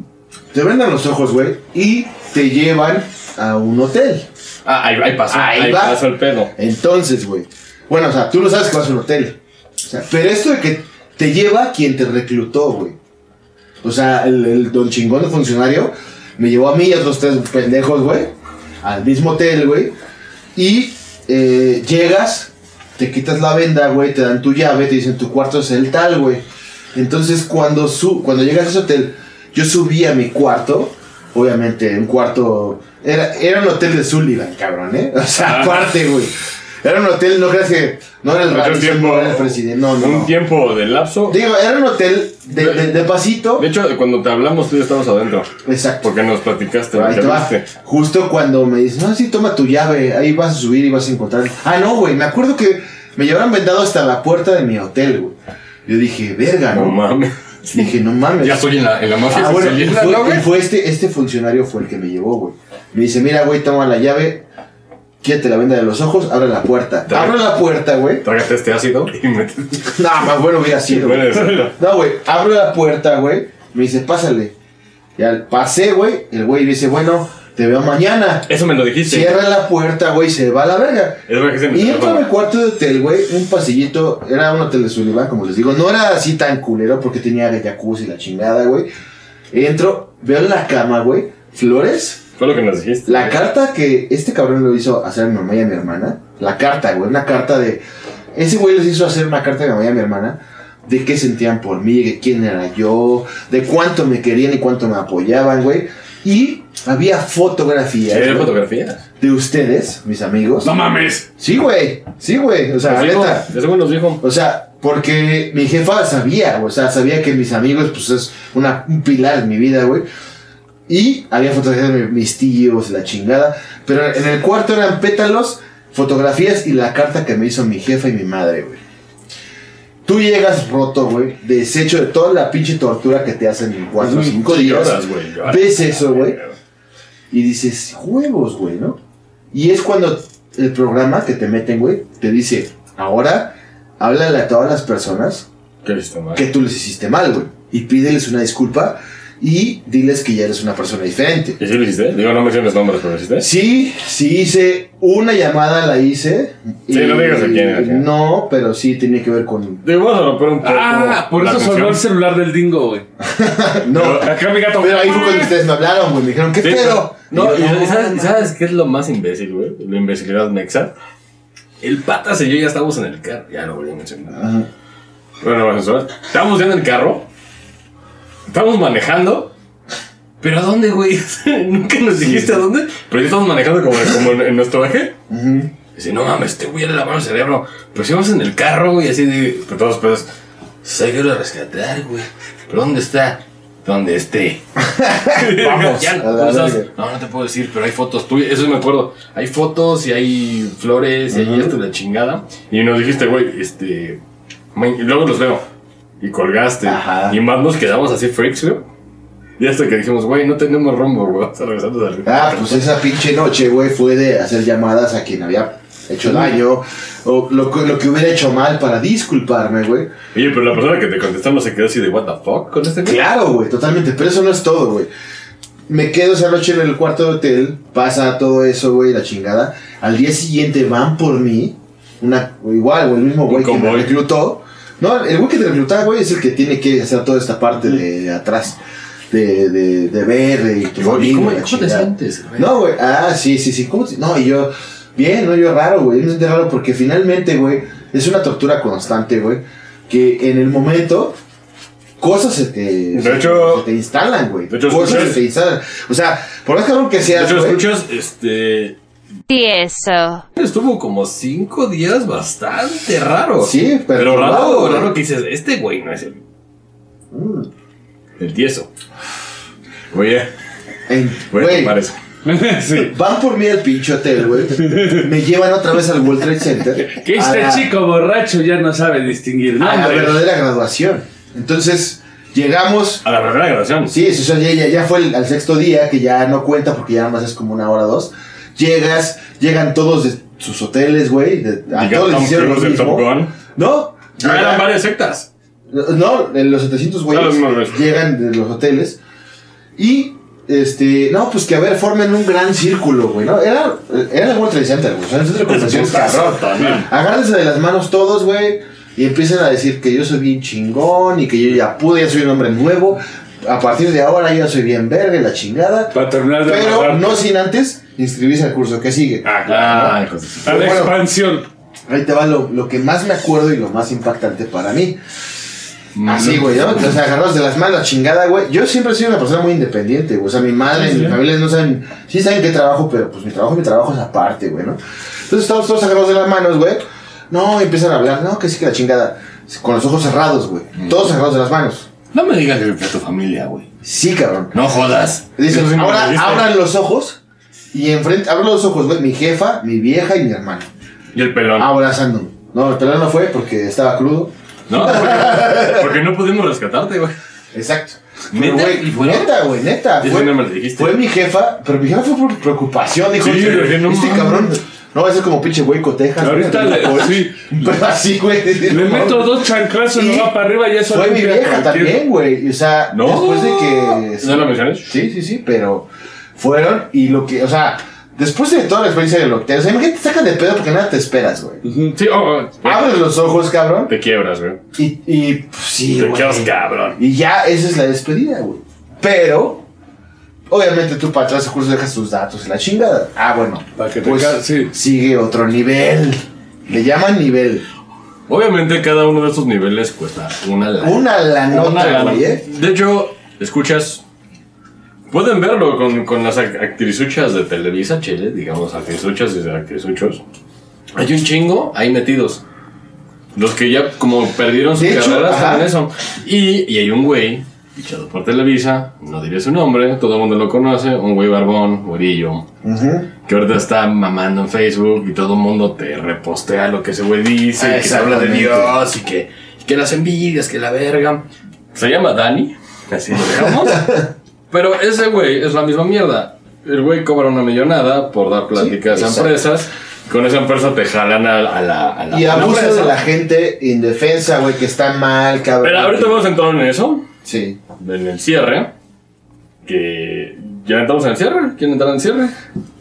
[SPEAKER 4] Te vendan los ojos, güey, y te llevan a un hotel.
[SPEAKER 3] Ah, ahí, ahí pasó.
[SPEAKER 4] Ahí
[SPEAKER 3] Ahí,
[SPEAKER 4] va.
[SPEAKER 3] pasó el pedo.
[SPEAKER 4] Entonces, güey. Bueno, o sea, tú no sabes que vas a un hotel. O sea, pero esto de que te lleva quien te reclutó, güey. O sea, el, el don chingón de funcionario me llevó a mí y a otros tres pendejos, güey. Al mismo hotel, güey. Y eh, llegas, te quitas la venda, güey, te dan tu llave, te dicen tu cuarto es el tal, güey. Entonces, cuando, su cuando llegas a ese hotel, yo subí a mi cuarto. Obviamente, un cuarto. Era, era un hotel de Sullivan, cabrón, ¿eh? O sea,
[SPEAKER 3] Ah.
[SPEAKER 4] aparte, güey. Era un hotel, no creas que. No era el
[SPEAKER 3] Era un
[SPEAKER 4] Radisson, no
[SPEAKER 3] tiempo,
[SPEAKER 4] era el presidente. No, no.
[SPEAKER 3] un
[SPEAKER 4] no.
[SPEAKER 3] tiempo de lapso. De
[SPEAKER 4] Digo, era un hotel de, de, de pasito.
[SPEAKER 3] hecho, cuando te hablamos, tú ya estabas adentro.
[SPEAKER 4] Exacto.
[SPEAKER 3] Porque nos platicaste,
[SPEAKER 4] Ahí
[SPEAKER 3] te
[SPEAKER 4] te va.
[SPEAKER 3] viste.
[SPEAKER 4] Justo cuando me dicen, no, sí, toma tu llave, ahí vas a subir y vas a encontrar. Ah, no, güey, me acuerdo que me llevaron vendado hasta la puerta de mi hotel, güey. Yo dije, verga,
[SPEAKER 3] No
[SPEAKER 4] ¿no?
[SPEAKER 3] mames.
[SPEAKER 4] dije, no mames.
[SPEAKER 3] Ya estoy en la, en la mafia
[SPEAKER 4] Ah, bueno, y
[SPEAKER 3] siciliana,
[SPEAKER 4] fue,
[SPEAKER 3] ¿no, güey?
[SPEAKER 4] y fue este, este funcionario fue el que me llevó, güey. Me dice, mira, güey, toma la llave, quítate la venda de los ojos, abre la puerta.
[SPEAKER 3] Dale.
[SPEAKER 4] Abre la puerta, güey.
[SPEAKER 3] Trágate este ácido y métete.
[SPEAKER 4] No, más bueno hubiera sido. güey.
[SPEAKER 3] Bueno, exacto.
[SPEAKER 4] No, güey, abro la puerta, güey. Me dice, pásale. Ya pasé, güey. El güey dice, bueno, te veo mañana.
[SPEAKER 3] Eso me lo dijiste.
[SPEAKER 4] Cierra la puerta, güey, se va a la verga.
[SPEAKER 3] Es verdad que se me
[SPEAKER 4] Y entro
[SPEAKER 3] escapó.
[SPEAKER 4] a mi cuarto de hotel, güey, un pasillito, era un hotel de Sullivan, como les digo, no era así tan culero porque tenía jacuzzi y la chingada, güey. Entro, veo la cama, güey, flores,
[SPEAKER 3] Fue lo que nos dijiste.
[SPEAKER 4] la carta que este cabrón lo hizo hacer a mi mamá y a mi hermana, la carta, güey, una carta de... Ese güey les hizo hacer una carta a mi mamá y a mi hermana de qué sentían por mí, de quién era yo, de cuánto me querían y cuánto me apoyaban, güey. Y había fotografías.
[SPEAKER 3] ¿Qué
[SPEAKER 4] güey
[SPEAKER 3] fotografías?
[SPEAKER 4] de ustedes, mis amigos.
[SPEAKER 2] ¡No mames!
[SPEAKER 4] Sí, güey. Sí, güey. O sea,
[SPEAKER 3] Nos dijo,
[SPEAKER 4] neta.
[SPEAKER 3] Ese güey nos dijo.
[SPEAKER 4] O sea, porque mi jefa sabía, o sea, sabía que mis amigos, pues es una, un pilar en mi vida, güey. Y había fotografías de mi- mis tíos, la chingada. Pero en el cuarto eran pétalos, fotografías y la carta que me hizo mi jefa y mi madre, güey. Tú llegas roto, güey, deshecho de toda la pinche tortura que te hacen en cuatro o cinco días.
[SPEAKER 3] Lloras, güey, lloras.
[SPEAKER 4] Ves eso, güey. Y dices, juegos, güey, ¿no? Y es cuando el programa que te meten, güey, te dice, ahora háblale a todas las personas
[SPEAKER 3] ¿Qué viste, man?
[SPEAKER 4] que tú les hiciste mal, güey. Y pídeles una disculpa y diles que ya eres una persona diferente.
[SPEAKER 3] ¿Y sí lo hiciste? Digo, no menciones nombres, pero lo hiciste.
[SPEAKER 4] Sí, sí hice una llamada, la hice.
[SPEAKER 3] Sí, no digas a quién era, ya.
[SPEAKER 4] No, pero sí tenía que ver con...
[SPEAKER 3] Digo, vamos a romper un poco.
[SPEAKER 2] Ah, por
[SPEAKER 3] la
[SPEAKER 2] eso sonó el
[SPEAKER 3] tensión.
[SPEAKER 2] celular del dingo, güey.
[SPEAKER 4] No,
[SPEAKER 2] Acá mi gato.
[SPEAKER 4] pero ahí fue cuando ustedes me hablaron, güey. Me dijeron, ¿qué
[SPEAKER 3] Sí,
[SPEAKER 4] pedo?
[SPEAKER 3] No,
[SPEAKER 4] Y yo,
[SPEAKER 3] y ¿sabes, ¿sabes qué es lo más imbécil, güey? La imbecilidad mexa. El patas y yo ya estábamos en el carro. Ya no voy a mencionar.
[SPEAKER 4] Ajá.
[SPEAKER 3] Bueno, vamos a censurar. Estábamos ya en el carro. Estábamos manejando. ¿Pero a dónde, güey? Nunca nos dijiste a dónde. Pero ya estamos manejando como, como en, en nuestro eje.
[SPEAKER 4] Ujú.
[SPEAKER 3] Dice, no mames, este güey le lavaron el cerebro. Pero si vamos en el carro, güey, así de. Pero todos pedos. Se quiero a rescatar, güey. ¿Pero dónde está? Donde esté. Vamos. Ya,
[SPEAKER 4] A la
[SPEAKER 3] no, ¿sabes?
[SPEAKER 4] verga.
[SPEAKER 3] no, no te puedo decir, pero hay fotos tuyas. Eso me acuerdo. Hay fotos y hay flores y hay esto, la chingada. Y nos dijiste, güey, este. ma- y luego los veo. Y colgaste.
[SPEAKER 4] Ajá.
[SPEAKER 3] Y más nos quedamos así freaks, güey. Y hasta que dijimos, güey, no tenemos rumbo, güey. Vamos a regresarnos al
[SPEAKER 4] Ah, pues esa pinche noche, güey, fue de hacer llamadas a quien había hecho daño o lo, que- lo que hubiera hecho mal para disculparme, güey.
[SPEAKER 3] Oye, pero la persona que te contestó no se quedó así de, ¿What the fuck? Con este güey.
[SPEAKER 4] Claro, güey, totalmente, pero eso no es todo, güey. Me quedo esa noche en el cuarto de hotel, pasa todo eso, güey, la chingada. Al día siguiente van por mí, una, igual, güey, el mismo güey que me
[SPEAKER 3] convoy.
[SPEAKER 4] reclutó. No, el güey que te reclutaba, güey, es el que tiene que hacer toda esta parte de atrás, de, de, de ver, y tu
[SPEAKER 3] ¿Y cómo-
[SPEAKER 4] familia,
[SPEAKER 3] cómo-
[SPEAKER 4] la
[SPEAKER 3] cómo te
[SPEAKER 4] chingada.
[SPEAKER 3] sientes, güey?
[SPEAKER 4] No, güey, ah, sí, sí, sí, ¿cómo te- No, y yo, bien, no, yo raro, güey, me siento raro porque finalmente, güey, es una tortura constante, güey, que en el momento cosas se te, se-
[SPEAKER 3] hecho-
[SPEAKER 4] se te instalan, güey.
[SPEAKER 3] de hecho,
[SPEAKER 4] cosas
[SPEAKER 3] escuché-
[SPEAKER 4] se te instalan. O sea, por más cabrón que
[SPEAKER 3] De
[SPEAKER 4] seas,
[SPEAKER 3] hecho,
[SPEAKER 4] güey,
[SPEAKER 3] escuchas, este.
[SPEAKER 6] Tieso.
[SPEAKER 3] Estuvo como cinco días bastante raro.
[SPEAKER 4] Sí,
[SPEAKER 3] pero
[SPEAKER 4] perturbado,
[SPEAKER 3] raro,
[SPEAKER 4] güey.
[SPEAKER 3] raro que dices, este güey no es el. El tieso. Oye,
[SPEAKER 4] en-
[SPEAKER 3] voy a
[SPEAKER 4] güey,
[SPEAKER 3] tomar eso.
[SPEAKER 2] sí.
[SPEAKER 4] van por mí al pinche hotel, güey. me llevan otra vez al World Trade Center.
[SPEAKER 2] Que
[SPEAKER 4] a
[SPEAKER 2] este
[SPEAKER 4] la-
[SPEAKER 2] chico borracho ya no sabe distinguir
[SPEAKER 4] A la
[SPEAKER 2] nombres.
[SPEAKER 4] verdadera graduación. Entonces, llegamos
[SPEAKER 3] A la verdadera grabación.
[SPEAKER 4] Sí, eso, o sea, ya, ya- ya fue el- al sexto día, que ya no cuenta porque ya nada más es como una hora o dos. Llegas, llegan todos de sus hoteles, güey. de- A
[SPEAKER 3] Llega
[SPEAKER 4] todos les
[SPEAKER 3] Tom
[SPEAKER 4] hicieron lo
[SPEAKER 3] Cruise de
[SPEAKER 4] mismo.
[SPEAKER 3] Top Gun.
[SPEAKER 4] No,
[SPEAKER 3] Ah, eran
[SPEAKER 4] llegan-
[SPEAKER 3] varias sectas.
[SPEAKER 4] no, en los 700
[SPEAKER 3] Ah,
[SPEAKER 4] güeyes
[SPEAKER 3] los mismos.
[SPEAKER 4] llegan de los hoteles. Y, este, no, pues que a ver, formen un gran círculo, güey, ¿no? Era, era el World Trade Center, güey. O sea, el
[SPEAKER 2] Pues
[SPEAKER 4] centro de convenciones, cabrón.
[SPEAKER 3] también.
[SPEAKER 4] Agárrense de las manos todos, güey. Y empiecen a decir que yo soy bien chingón y que yo ya pude, ya soy un hombre nuevo. A partir de ahora yo ya soy bien verga y la chingada.
[SPEAKER 2] Para terminar de
[SPEAKER 4] Pero
[SPEAKER 2] amarrar.
[SPEAKER 4] no sin antes inscribirse al curso que sigue.
[SPEAKER 2] Ah, claro.
[SPEAKER 3] Ah, hijos de su-
[SPEAKER 2] A la
[SPEAKER 4] Bueno.
[SPEAKER 2] expansión.
[SPEAKER 4] Ahí te va lo, lo que más me acuerdo y lo más impactante para mí. Así, güey, ¿no? O sea, agarrados de las manos, chingada, güey. Yo siempre he sido una persona muy independiente, güey. O sea, mi madre y mi familia no saben, sí saben qué trabajo, pero pues mi trabajo, mi trabajo es aparte, güey, ¿no? Entonces estamos todos agarrados de las manos, güey. No, empiezan a hablar, no, que sí que la chingada. Con los ojos cerrados, güey. Todos agarrados de las manos.
[SPEAKER 3] No me digas que fue tu familia, güey.
[SPEAKER 4] Sí, cabrón.
[SPEAKER 3] No jodas.
[SPEAKER 4] Dicen,
[SPEAKER 3] Yo soy
[SPEAKER 4] ahora
[SPEAKER 3] moralista.
[SPEAKER 4] abran los ojos y enfrente, abran los ojos, güey. Mi jefa, mi vieja y mi hermano.
[SPEAKER 3] Y el pelón.
[SPEAKER 4] Abrazándome. No, el pelón no fue porque estaba crudo.
[SPEAKER 3] No, porque, porque no pudimos rescatarte, güey.
[SPEAKER 4] Exacto.
[SPEAKER 3] ¿Neta?
[SPEAKER 4] Pero, güey,
[SPEAKER 3] ¿Y fueron?
[SPEAKER 4] neta, güey, neta.
[SPEAKER 3] Eso
[SPEAKER 4] Fue,
[SPEAKER 3] no me lo dijiste.
[SPEAKER 4] fue mi jefa, pero mi jefa fue por preocupación, dijo.
[SPEAKER 3] Sí,
[SPEAKER 4] "Oye,
[SPEAKER 3] yo dije, no
[SPEAKER 4] este
[SPEAKER 3] mames".
[SPEAKER 4] cabrón. No va a ser como pinche güey cotejas.
[SPEAKER 2] Ahorita
[SPEAKER 4] güey,
[SPEAKER 2] le-
[SPEAKER 4] como-
[SPEAKER 2] sí.
[SPEAKER 4] Pero así, güey.
[SPEAKER 2] Le meto dos chanclazos,
[SPEAKER 4] Y
[SPEAKER 2] no va para arriba y eso
[SPEAKER 4] Fue mi
[SPEAKER 2] limpia
[SPEAKER 4] vieja
[SPEAKER 2] cualquier-
[SPEAKER 4] también, güey. O sea,
[SPEAKER 3] No.
[SPEAKER 4] después de que.
[SPEAKER 3] ¿No lo mencionas?
[SPEAKER 4] Sí, sí, sí, pero fueron y lo que. O sea, después de toda la experiencia del hotel, o sea, imagínate, te sacan de pedo porque nada te esperas, güey.
[SPEAKER 3] Sí, oh, oh.
[SPEAKER 4] Abres los ojos, cabrón.
[SPEAKER 3] Te quiebras, güey.
[SPEAKER 4] Y, y pues, sí,
[SPEAKER 3] Te
[SPEAKER 4] güey.
[SPEAKER 3] quedas cabrón.
[SPEAKER 4] Y ya esa es la despedida, güey. Pero, obviamente tú para atrás curso dejas tus datos y la chingada. Ah, bueno.
[SPEAKER 2] Para que te ca- sí.
[SPEAKER 4] Sigue otro nivel. Le llaman nivel.
[SPEAKER 3] Obviamente cada uno de estos niveles cuesta una lana.
[SPEAKER 4] Una
[SPEAKER 3] Una
[SPEAKER 4] lanota,
[SPEAKER 3] lana.
[SPEAKER 4] güey, ¿eh?
[SPEAKER 3] De hecho, escuchas. Pueden verlo con, con las ac- actrizuchas de Televisa Chile, digamos, actrizuchas y actrizuchos. Hay un chingo ahí metidos. Los que ya como perdieron su
[SPEAKER 4] De hecho,
[SPEAKER 3] carrera están
[SPEAKER 4] ajá.
[SPEAKER 3] en eso. Y, y hay un güey, fichado por Televisa, no diré su nombre, todo el mundo lo conoce, un güey barbón, gorillo,
[SPEAKER 4] Ujú.
[SPEAKER 3] que ahorita está mamando en Facebook y todo el mundo te repostea lo que ese güey dice,
[SPEAKER 4] Ah,
[SPEAKER 3] y que se habla de
[SPEAKER 4] exactamente.
[SPEAKER 3] Dios y que, y que las envidias, que la verga. Se llama Dani, así lo dejamos. Pero ese güey es la misma mierda. El güey cobra una millonada por dar pláticas
[SPEAKER 4] Sí,
[SPEAKER 3] a
[SPEAKER 4] exacto.
[SPEAKER 3] empresas. Con esa empresa te jalan a, a la, a la-
[SPEAKER 4] Y
[SPEAKER 3] a la
[SPEAKER 4] abuso
[SPEAKER 3] empresa.
[SPEAKER 4] de la gente indefensa, güey, que está mal, cabrón.
[SPEAKER 3] Pero ahorita vamos a entrar en eso,
[SPEAKER 4] Sí.
[SPEAKER 3] en el cierre. Que ya entramos en el cierre. ¿Quieren entrar en el cierre?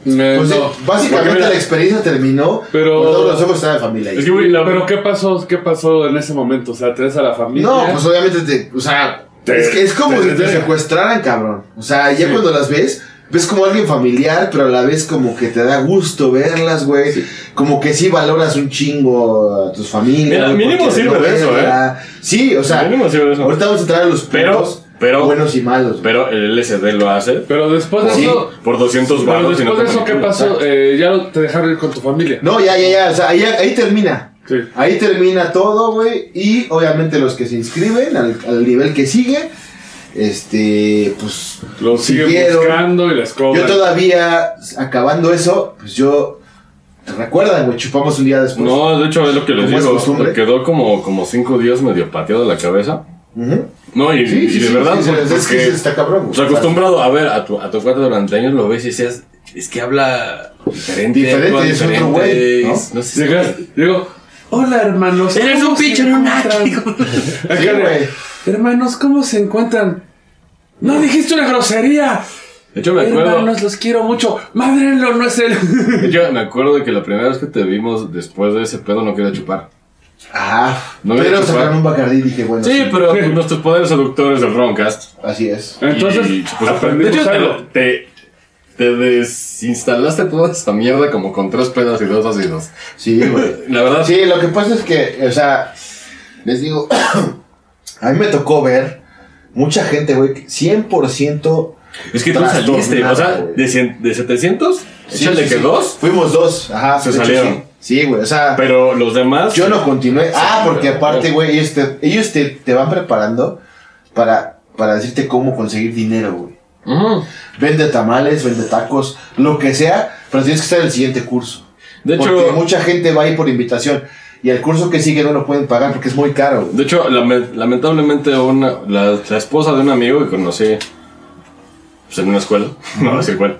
[SPEAKER 2] Me-
[SPEAKER 4] Pues,
[SPEAKER 2] no.
[SPEAKER 4] sí, básicamente
[SPEAKER 3] porque mira-
[SPEAKER 4] la experiencia terminó.
[SPEAKER 2] Pero-
[SPEAKER 4] por todos los ojos estaba la familia. ahí.
[SPEAKER 3] Es que, güey, la-
[SPEAKER 2] Pero ¿qué pasó? ¿Qué pasó en ese momento? O sea, traes a la familia.
[SPEAKER 4] No, pues obviamente te, o sea,
[SPEAKER 2] Te-
[SPEAKER 4] es, que es como
[SPEAKER 2] te-
[SPEAKER 4] si te
[SPEAKER 2] te-
[SPEAKER 4] secuestraran, cabrón. O sea, ya cuando las ves, ves como alguien familiar, pero a la vez como que te da gusto verlas, güey. Como que sí valoras un chingo a tus familias.
[SPEAKER 3] Mira,
[SPEAKER 4] güey,
[SPEAKER 3] mínimo
[SPEAKER 4] porque
[SPEAKER 3] sirve
[SPEAKER 4] no
[SPEAKER 3] de eso, ¿eh?
[SPEAKER 4] verla. Sí, o sea,
[SPEAKER 3] Mínimo sirve de eso.
[SPEAKER 4] ahorita vamos a entrar a los
[SPEAKER 3] Pero-
[SPEAKER 4] puntos
[SPEAKER 3] pero-
[SPEAKER 4] buenos y malos. güey.
[SPEAKER 3] Pero el LSD lo hace.
[SPEAKER 2] Pero después de
[SPEAKER 4] Sí.
[SPEAKER 2] eso.
[SPEAKER 3] Por 200
[SPEAKER 2] Pero
[SPEAKER 3] baros. y no
[SPEAKER 2] después de eso, ¿qué
[SPEAKER 3] te manipulan.
[SPEAKER 2] pasó? Eh, ya lo- te dejaron ir con tu familia.
[SPEAKER 4] No, ya, ya, ya, o sea, ahí, ahí termina.
[SPEAKER 2] Sí.
[SPEAKER 4] Ahí termina todo, güey. Y obviamente los que se inscriben al, al nivel que sigue, este, pues...
[SPEAKER 2] Lo siguen
[SPEAKER 4] siguieron.
[SPEAKER 2] buscando y les cobran.
[SPEAKER 4] Yo todavía, acabando eso, pues yo. ¿Te recuerdan, güey? Chupamos un día después.
[SPEAKER 3] No, de hecho es lo que les
[SPEAKER 4] Pues, Como es
[SPEAKER 3] digo.
[SPEAKER 4] costumbre.
[SPEAKER 3] me Quedó como, como cinco días medio pateado de la cabeza.
[SPEAKER 4] Ujú.
[SPEAKER 3] No, y, y de verdad,
[SPEAKER 4] sí,
[SPEAKER 3] porque,
[SPEAKER 4] sí, es que sí está cabrón.
[SPEAKER 3] o
[SPEAKER 4] güey.
[SPEAKER 3] sea, acostumbrado a ver a tu, a tu cuate durante años, lo ves y decías, es que habla diferente.
[SPEAKER 4] Diferente,
[SPEAKER 3] actúa
[SPEAKER 4] es otro
[SPEAKER 3] diferente,
[SPEAKER 4] güey, ¿no?
[SPEAKER 3] es- no sé si-
[SPEAKER 2] Llegas, digo, hola hermanos.
[SPEAKER 3] Eres
[SPEAKER 2] ¿cómo
[SPEAKER 3] un
[SPEAKER 2] se
[SPEAKER 3] pinche
[SPEAKER 2] encuentran?"
[SPEAKER 4] Sí,
[SPEAKER 2] Acá de,
[SPEAKER 4] güey.
[SPEAKER 2] Hermanos, ¿cómo se encuentran? No dijiste una grosería.
[SPEAKER 3] De hecho, me acuerdo.
[SPEAKER 2] Hermanos, los quiero mucho. Madrenlo, no es él.
[SPEAKER 3] de hecho, me acuerdo de que la primera vez que te vimos después de ese pedo no quería chupar.
[SPEAKER 4] Ah,
[SPEAKER 3] No había
[SPEAKER 4] pero
[SPEAKER 3] chupado.
[SPEAKER 4] sacaron un bacardí y dije, bueno.
[SPEAKER 3] Sí, pero pues, nuestros poderes seductores del Roncast.
[SPEAKER 4] Así es.
[SPEAKER 2] Entonces,
[SPEAKER 3] Y, pues,
[SPEAKER 2] aprendimos
[SPEAKER 3] de hecho, te-
[SPEAKER 2] algo.
[SPEAKER 3] Te, te desinstalaste toda esa mierda como con tres pedas y dos ácidos.
[SPEAKER 4] Sí, güey.
[SPEAKER 3] La verdad,
[SPEAKER 4] Sí, lo que pasa es que, o sea, les digo, a mí me tocó ver mucha gente, güey, que 100%.
[SPEAKER 3] es que tú
[SPEAKER 4] trastornada,
[SPEAKER 3] saliste. O sea,
[SPEAKER 4] güey.
[SPEAKER 3] de, cien- de 700,
[SPEAKER 4] Sí,
[SPEAKER 3] échale
[SPEAKER 4] sí,
[SPEAKER 3] que
[SPEAKER 4] sí.
[SPEAKER 3] dos.
[SPEAKER 4] Fuimos dos, ajá.
[SPEAKER 3] Se
[SPEAKER 4] de hecho,
[SPEAKER 3] salieron.
[SPEAKER 4] Sí, Sí, güey, o sea,
[SPEAKER 3] Pero los demás.
[SPEAKER 4] yo no continué. ah, porque
[SPEAKER 3] pero-
[SPEAKER 4] aparte, güey, ellos, te, ellos te, te van preparando para, para decirte cómo conseguir dinero, güey.
[SPEAKER 3] Ujú.
[SPEAKER 4] Vende tamales, vende tacos, lo que sea, pero tienes que estar en el siguiente curso.
[SPEAKER 3] De hecho,
[SPEAKER 4] porque mucha gente va ahí por invitación y el curso que sigue no lo pueden pagar porque es muy caro. güey.
[SPEAKER 3] De hecho, lame- lamentablemente, una, la, la esposa de un amigo que conocí pues, en una escuela, no voy a decir cuál,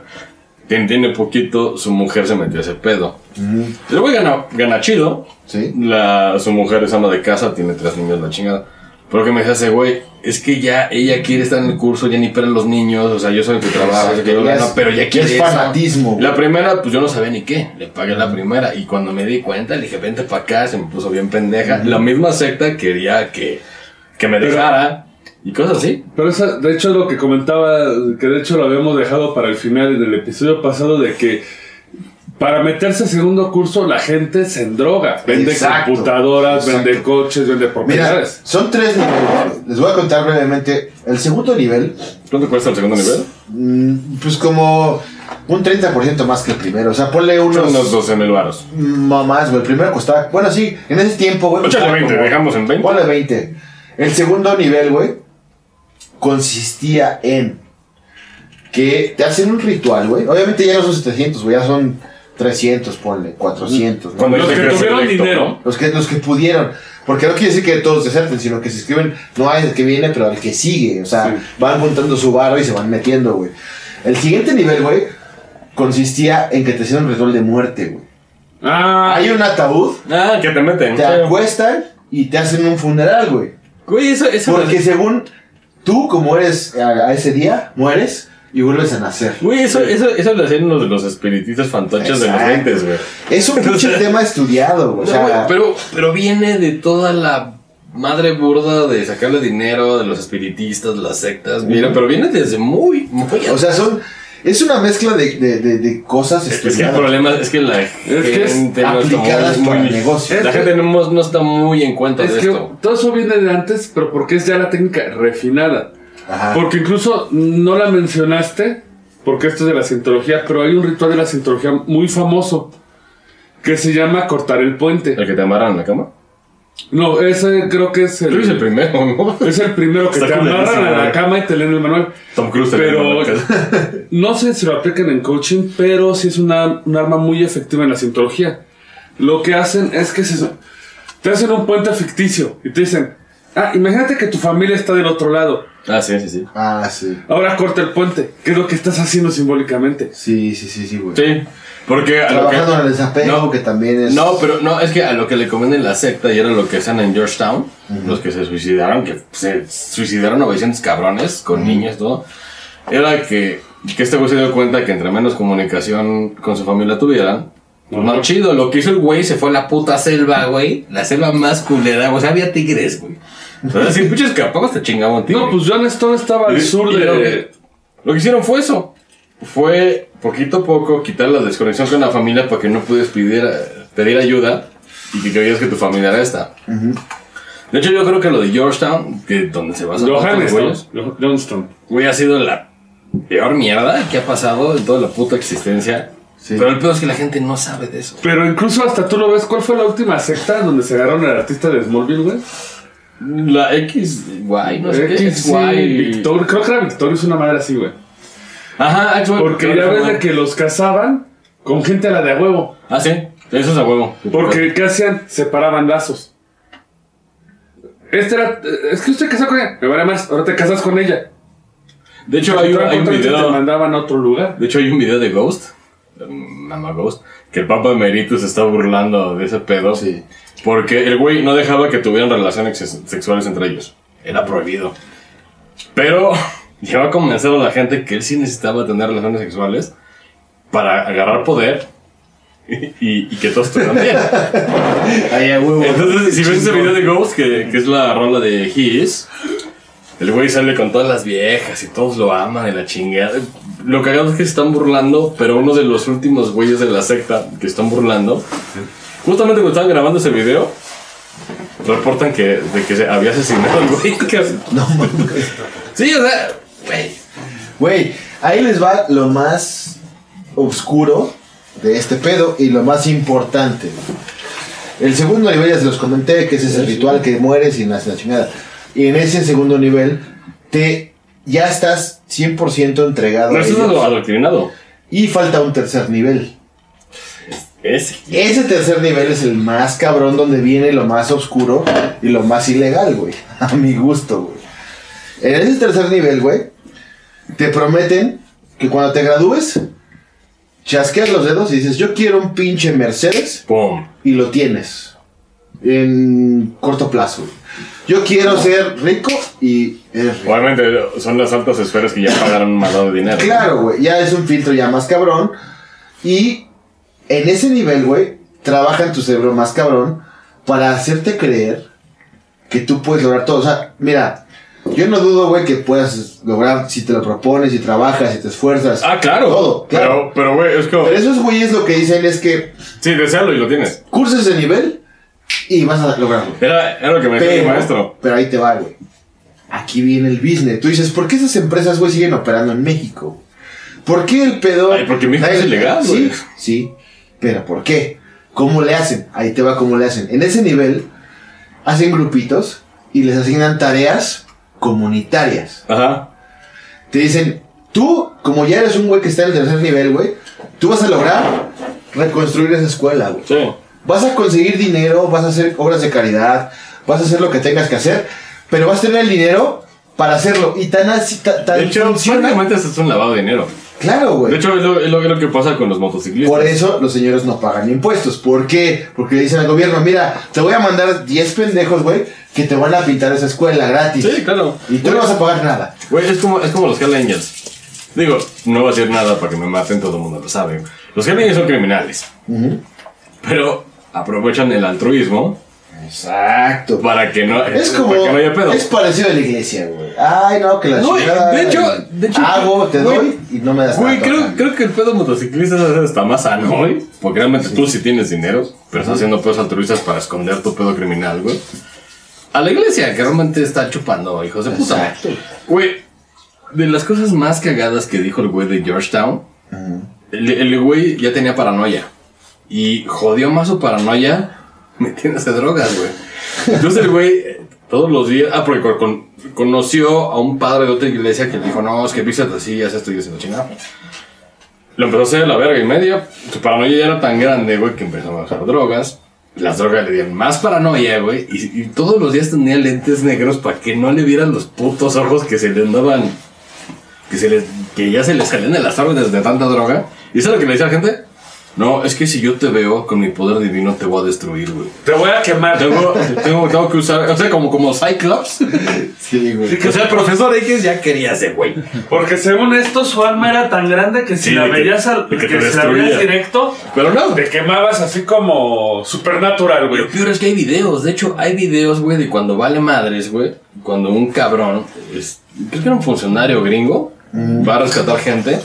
[SPEAKER 3] tiene, tiene poquito, su mujer se metió a ese pedo. El güey gana, gana chido,
[SPEAKER 4] Sí.
[SPEAKER 3] la, su mujer es ama de casa, tiene tres niños, la chingada. Pero que me dice ese güey, es que ya ella quiere estar en el curso, ya ni para los niños, o sea, yo soy el que trabaja,
[SPEAKER 4] Exacto,
[SPEAKER 3] que yo
[SPEAKER 4] ya
[SPEAKER 3] gano,
[SPEAKER 4] es-
[SPEAKER 3] pero ya
[SPEAKER 4] ya
[SPEAKER 3] quiere
[SPEAKER 4] es
[SPEAKER 3] eso".
[SPEAKER 4] fanatismo, güey.
[SPEAKER 3] La primera, pues yo no sabía ni qué, le pagué la primera y cuando me di cuenta le dije, vente para acá, se me puso bien pendeja. La misma secta quería que, que me dejara y cosas así.
[SPEAKER 2] Pero esa, de hecho, lo que comentaba, que de hecho lo habíamos dejado para el final del episodio pasado, de que para meterse a segundo curso la gente se endroga. Vende
[SPEAKER 4] Exacto,
[SPEAKER 2] computadoras,
[SPEAKER 4] exacto.
[SPEAKER 2] vende coches, vende
[SPEAKER 4] Mira,
[SPEAKER 2] propiedades.
[SPEAKER 4] son tres niveles. güey. Les voy a contar brevemente. El segundo nivel,
[SPEAKER 3] ¿Cuánto cuesta el segundo nivel?
[SPEAKER 4] mm, pues como un 30% más que el primero. O sea, ponle
[SPEAKER 3] Son unos
[SPEAKER 4] unos
[SPEAKER 3] 12 mil baros.
[SPEAKER 4] mamás, güey. El primero costaba, bueno, sí, en ese tiempo, güey.
[SPEAKER 3] Échale
[SPEAKER 4] costaba
[SPEAKER 3] 20,
[SPEAKER 4] como-
[SPEAKER 3] dejamos en 20.
[SPEAKER 4] Ponle 20. El segundo nivel, güey, consistía en que te hacen un ritual, güey. Obviamente ya no son 700, güey, ya son 300, ponle, 400. ¿no?
[SPEAKER 3] Cuando
[SPEAKER 2] Los
[SPEAKER 3] yo
[SPEAKER 2] que
[SPEAKER 3] creo
[SPEAKER 2] tuvieron
[SPEAKER 3] selecto,
[SPEAKER 2] dinero.
[SPEAKER 3] ¿no?
[SPEAKER 4] Los que, los que pudieron. Porque no quiere decir que todos deserten, sino que se escriben no hay el que viene, pero al que sigue. O sea, van contando su varo y se van metiendo, güey. El siguiente nivel, güey, consistía en que te hicieron un ritual de muerte, güey.
[SPEAKER 2] Ah,
[SPEAKER 4] Hay un ataúd,
[SPEAKER 3] Ah, que te meten.
[SPEAKER 4] te acuestan y te hacen un funeral, güey.
[SPEAKER 3] Güey, eso, eso.
[SPEAKER 4] Porque según tú, como eres a, a ese día, mueres y vuelves a nacer.
[SPEAKER 3] Güey, eso, eso, eso lo hacían los de los espiritistas fantoches de los
[SPEAKER 4] Exacto.
[SPEAKER 3] 20, güey.
[SPEAKER 4] Es un pinche tema estudiado, güey. O
[SPEAKER 3] No, güey,
[SPEAKER 4] sea,
[SPEAKER 3] pero, pero viene de toda la madre burda de sacarle dinero de los espiritistas, las sectas. Mira, pero viene desde muy, muy.
[SPEAKER 4] o sea, son. Es una mezcla de, de- de- de cosas
[SPEAKER 3] es que el
[SPEAKER 4] estudiadas.
[SPEAKER 3] problema es que la
[SPEAKER 2] que es
[SPEAKER 3] gente no
[SPEAKER 4] aplicadas
[SPEAKER 3] está muy,
[SPEAKER 4] para
[SPEAKER 3] muy-
[SPEAKER 4] negocios.
[SPEAKER 3] La gente no, no está muy en cuenta
[SPEAKER 2] es
[SPEAKER 3] Ah, de
[SPEAKER 2] que
[SPEAKER 3] esto.
[SPEAKER 2] todo eso viene de antes, pero porque es ya la técnica refinada.
[SPEAKER 3] Ah.
[SPEAKER 4] Ajá.
[SPEAKER 2] Porque incluso no la mencionaste, porque esto es de la cientología, pero hay un ritual de la cientología muy famoso que se llama cortar el puente.
[SPEAKER 3] El que te amarran en la cama.
[SPEAKER 2] No, ese creo que es
[SPEAKER 3] Tú eres el
[SPEAKER 2] el,
[SPEAKER 3] primero, ¿no?
[SPEAKER 2] es el primero que
[SPEAKER 3] Está
[SPEAKER 2] te amarran
[SPEAKER 3] culerísimo,
[SPEAKER 2] a la
[SPEAKER 3] güey.
[SPEAKER 2] cama y te leen el manual.
[SPEAKER 3] Tom Cruise te
[SPEAKER 2] Pero
[SPEAKER 3] amarran en la cama.
[SPEAKER 2] no sé si lo aplican en coaching, pero sí es una, un arma muy efectiva en la cientología. Lo que hacen es que se, te hacen un puente ficticio y te dicen, ah, imagínate que tu familia está del otro lado.
[SPEAKER 3] Ah, sí, sí, sí.
[SPEAKER 4] Ah, sí.
[SPEAKER 2] Ahora corta el puente, que es lo que estás haciendo simbólicamente.
[SPEAKER 4] Sí, sí, sí, sí, güey.
[SPEAKER 3] Sí. Porque a lo que-
[SPEAKER 4] Trabajando en el desapego, que también es.
[SPEAKER 3] No, pero no, es que a lo que le comen en la secta y era lo que hacían en Georgetown, los que se suicidaron, que se suicidaron 900 cabrones con niñas, todo, era que, que este güey se dio cuenta que entre menos comunicación con su familia tuvieran, pues más chido. Lo que hizo el güey se fue a la puta selva, güey, la selva más culera, o sea, había tigres, güey. O sea, si pinches escapabas te chingaba un tigre.
[SPEAKER 2] No, pues John Stone estaba al
[SPEAKER 3] Y-
[SPEAKER 2] sur
[SPEAKER 3] y
[SPEAKER 2] de...
[SPEAKER 3] lo que- Lo que hicieron fue eso. Fue poquito a poco quitar la desconexión con la familia para que no pudieras pedir, pedir ayuda y que creías que tu familia era esta. De hecho, yo creo que lo de Georgetown, que donde se basa todos estos
[SPEAKER 2] Johanneston.
[SPEAKER 3] güeyes,
[SPEAKER 2] Jo- Johnston.
[SPEAKER 3] güey, ha sido la peor mierda que ha pasado en toda la puta existencia.
[SPEAKER 4] Sí.
[SPEAKER 3] Pero el peor es que la gente no sabe de eso.
[SPEAKER 2] Pero incluso hasta tú lo ves, ¿cuál fue la última secta donde se agarraron al artista de Smallville, güey?
[SPEAKER 3] La X, guay, no sé qué.
[SPEAKER 2] X, sí, Victor, creo que era Victorious, una madre así, güey.
[SPEAKER 3] Ajá, X, güey.
[SPEAKER 2] Porque ya ves de que los casaban con gente a la de a huevo.
[SPEAKER 3] Ah, sí, eso es a huevo.
[SPEAKER 2] Porque, ¿qué hacían? Separaban lazos. Este era. eh, Es que usted casó con ella. Me vale más. Ahora te casas con ella.
[SPEAKER 3] De hecho, hay, un- hay un
[SPEAKER 2] Te
[SPEAKER 3] video.
[SPEAKER 2] mandaban a otro lugar.
[SPEAKER 3] De hecho, hay un video de Ghost, mm, Mamá Ghost, que el Papa Emeritus se está burlando de ese pedo.
[SPEAKER 4] Sí.
[SPEAKER 3] Porque el güey no dejaba que tuvieran relaciones sex- sexuales entre ellos. Era prohibido. Pero llevó a convencer a la gente que él sí necesitaba tener relaciones sexuales para agarrar poder y, y que todos estuvieran bien.
[SPEAKER 4] Ay, a huevo.
[SPEAKER 3] Entonces, si ves ese video de Ghost, que, que es la rola de His, el güey sale con todas las viejas y todos lo aman de la chingada. Lo cagado es que se están burlando, pero uno de los últimos güeyes de la secta que están burlando, justamente cuando estaban grabando ese video, reportan que, de que se había asesinado al güey. que-
[SPEAKER 4] No mames.
[SPEAKER 3] Sí, o sea, güey.
[SPEAKER 4] Güey, ahí les va lo más oscuro de este pedo y lo más importante. El segundo nivel ya se los comenté, que ese es el ritual que mueres y nace la chingada. Y en ese segundo nivel, te ya estás 100% entregado.
[SPEAKER 3] No
[SPEAKER 4] a
[SPEAKER 3] estás
[SPEAKER 4] ellos.
[SPEAKER 3] ado- adoctrinado.
[SPEAKER 4] Y falta un tercer nivel.
[SPEAKER 3] Es.
[SPEAKER 4] Ese tercer nivel es el más cabrón donde viene lo más oscuro y lo más ilegal, güey. A mi gusto, güey. En ese tercer nivel, güey, te prometen que cuando te gradúes, chasqueas los dedos y dices, yo quiero un pinche Mercedes
[SPEAKER 3] ¡Pum!
[SPEAKER 4] y lo tienes. En corto plazo. güey. Yo quiero ser rico y er-". eres rico.
[SPEAKER 3] Obviamente son las altas esferas que ya pagaron un maldado de dinero.
[SPEAKER 4] Claro, güey, ya es un filtro ya más cabrón. Y en ese nivel, güey, trabaja en tu cerebro más cabrón para hacerte creer que tú puedes lograr todo. O sea, mira, yo no dudo, güey, que puedas lograr si te lo propones, si trabajas, si te esfuerzas.
[SPEAKER 3] Ah, claro.
[SPEAKER 4] Todo, claro.
[SPEAKER 3] Pero, pero, güey, es como.
[SPEAKER 4] Pero, esos güeyes lo que dicen es que
[SPEAKER 3] Sí, desealo y lo tienes.
[SPEAKER 4] curses ese nivel y vas a lograrlo.
[SPEAKER 3] Era, era lo que me decía mi maestro.
[SPEAKER 4] pero ahí te va, güey. Aquí viene el business. Tú dices, ¿por qué esas empresas, güey, siguen operando en México? ¿Por qué el pedo?
[SPEAKER 3] Ay, porque México
[SPEAKER 4] Ay,
[SPEAKER 3] es ilegal,
[SPEAKER 4] Sí,
[SPEAKER 3] güey.
[SPEAKER 4] sí. Pero ¿por qué? ¿Cómo le hacen? Ahí te va cómo le hacen. En ese nivel, hacen grupitos y les asignan tareas comunitarias.
[SPEAKER 3] Ajá.
[SPEAKER 4] Te dicen, tú, como ya eres un güey que está en el tercer nivel, güey, tú vas a lograr reconstruir esa escuela, güey.
[SPEAKER 3] Sí.
[SPEAKER 4] Vas a conseguir dinero, vas a hacer obras de caridad, vas a hacer lo que tengas que hacer, pero vas a tener el dinero para hacerlo. Y tan así, ta- tan
[SPEAKER 3] De hecho,
[SPEAKER 4] funciona.
[SPEAKER 3] prácticamente eso es un lavado de dinero.
[SPEAKER 4] Claro,
[SPEAKER 3] De
[SPEAKER 4] güey.
[SPEAKER 3] hecho, es lo, es lo- es lo que pasa con los motociclistas.
[SPEAKER 4] Por eso los señores no pagan impuestos. ¿Por qué? Porque le dicen al gobierno, mira, te voy a mandar 10 pendejos, güey, que te van a pintar esa escuela gratis.
[SPEAKER 3] Sí, claro.
[SPEAKER 4] Y tú no vas a pagar nada.
[SPEAKER 3] Güey, es como, es como los Hell Angels. Digo, no voy a decir nada para que me maten, todo el mundo lo sabe. Los Hell Angels son criminales. Pero aprovechan el altruismo
[SPEAKER 4] Exacto.
[SPEAKER 3] para que no,
[SPEAKER 4] Es como.
[SPEAKER 3] para que pues, no haya pedo.
[SPEAKER 4] Es parecido a la iglesia, güey. Ay, no, que la
[SPEAKER 3] No,
[SPEAKER 4] chingada,
[SPEAKER 3] de hecho-
[SPEAKER 4] güey.
[SPEAKER 3] de hecho,
[SPEAKER 4] Hago, te
[SPEAKER 3] güey,
[SPEAKER 4] doy y no me das
[SPEAKER 3] Güey,
[SPEAKER 4] tanto.
[SPEAKER 3] creo, creo que el pedo motociclista está más sano, güey. Porque realmente tú sí tienes dinero, pero estás haciendo pedos altruistas para esconder tu pedo criminal, güey. A la iglesia, que realmente está chupando, hijos de puta.
[SPEAKER 4] Exacto.
[SPEAKER 3] Güey, de las cosas más cagadas que dijo el güey de Georgetown, el, el güey ya tenía paranoia. Y jodió más su paranoia metiéndose drogas, güey. Entonces el güey eh, todos los días, ah, porque con- con- conoció a un padre de otra iglesia que le dijo, no, es que vístete así, haz esto y haciendo chingada. Lo empezó a hacer a la verga y media. Su paranoia ya era tan grande, güey, que empezó a usar drogas. Las drogas le dieron más paranoia, güey. Y, y todos los días tenía lentes negros para que no le vieran los putos ojos que se le andaban. Que, se les, que ya se le salían de las órdenes de tanta droga. ¿Y sabes lo que le decía a la gente? No, es que si yo te veo con mi poder divino te voy a destruir, güey.
[SPEAKER 2] Te voy a quemar.
[SPEAKER 3] Tengo, tengo, tengo que usar, o sea, como, como Cyclops.
[SPEAKER 4] Sí, güey.
[SPEAKER 3] O sea, el profesor X ya quería ese güey.
[SPEAKER 2] Porque según esto, su alma era tan grande que si
[SPEAKER 3] Sí,
[SPEAKER 2] la
[SPEAKER 3] de que-
[SPEAKER 2] veías, al-
[SPEAKER 3] de que
[SPEAKER 2] que
[SPEAKER 3] te
[SPEAKER 2] si la
[SPEAKER 3] destruía.
[SPEAKER 2] veías directo,
[SPEAKER 3] Pero no,
[SPEAKER 2] te quemabas así como supernatural, güey.
[SPEAKER 3] Lo peor es que hay videos. De hecho, hay videos, güey, de cuando vale madres, güey. Cuando un cabrón, es- creo que era un funcionario gringo, va a rescatar gente.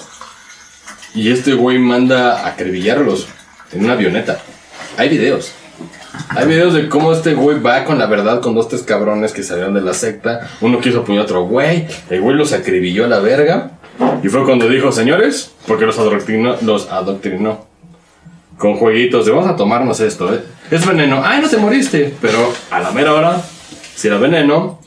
[SPEAKER 3] Y este güey manda a acribillarlos en una avioneta. Hay videos. Hay videos de cómo este güey va con la verdad con dos, tres cabrones que salieron de la secta. Uno quiso apoyar a otro güey. El güey los acribilló a la verga. Y fue cuando dijo, señores, porque los adoctrinó. Los adoctrinó con jueguitos de vamos a tomarnos esto, ¿eh? Es veneno. Ay, no te moriste. Pero a la mera hora, si era veneno.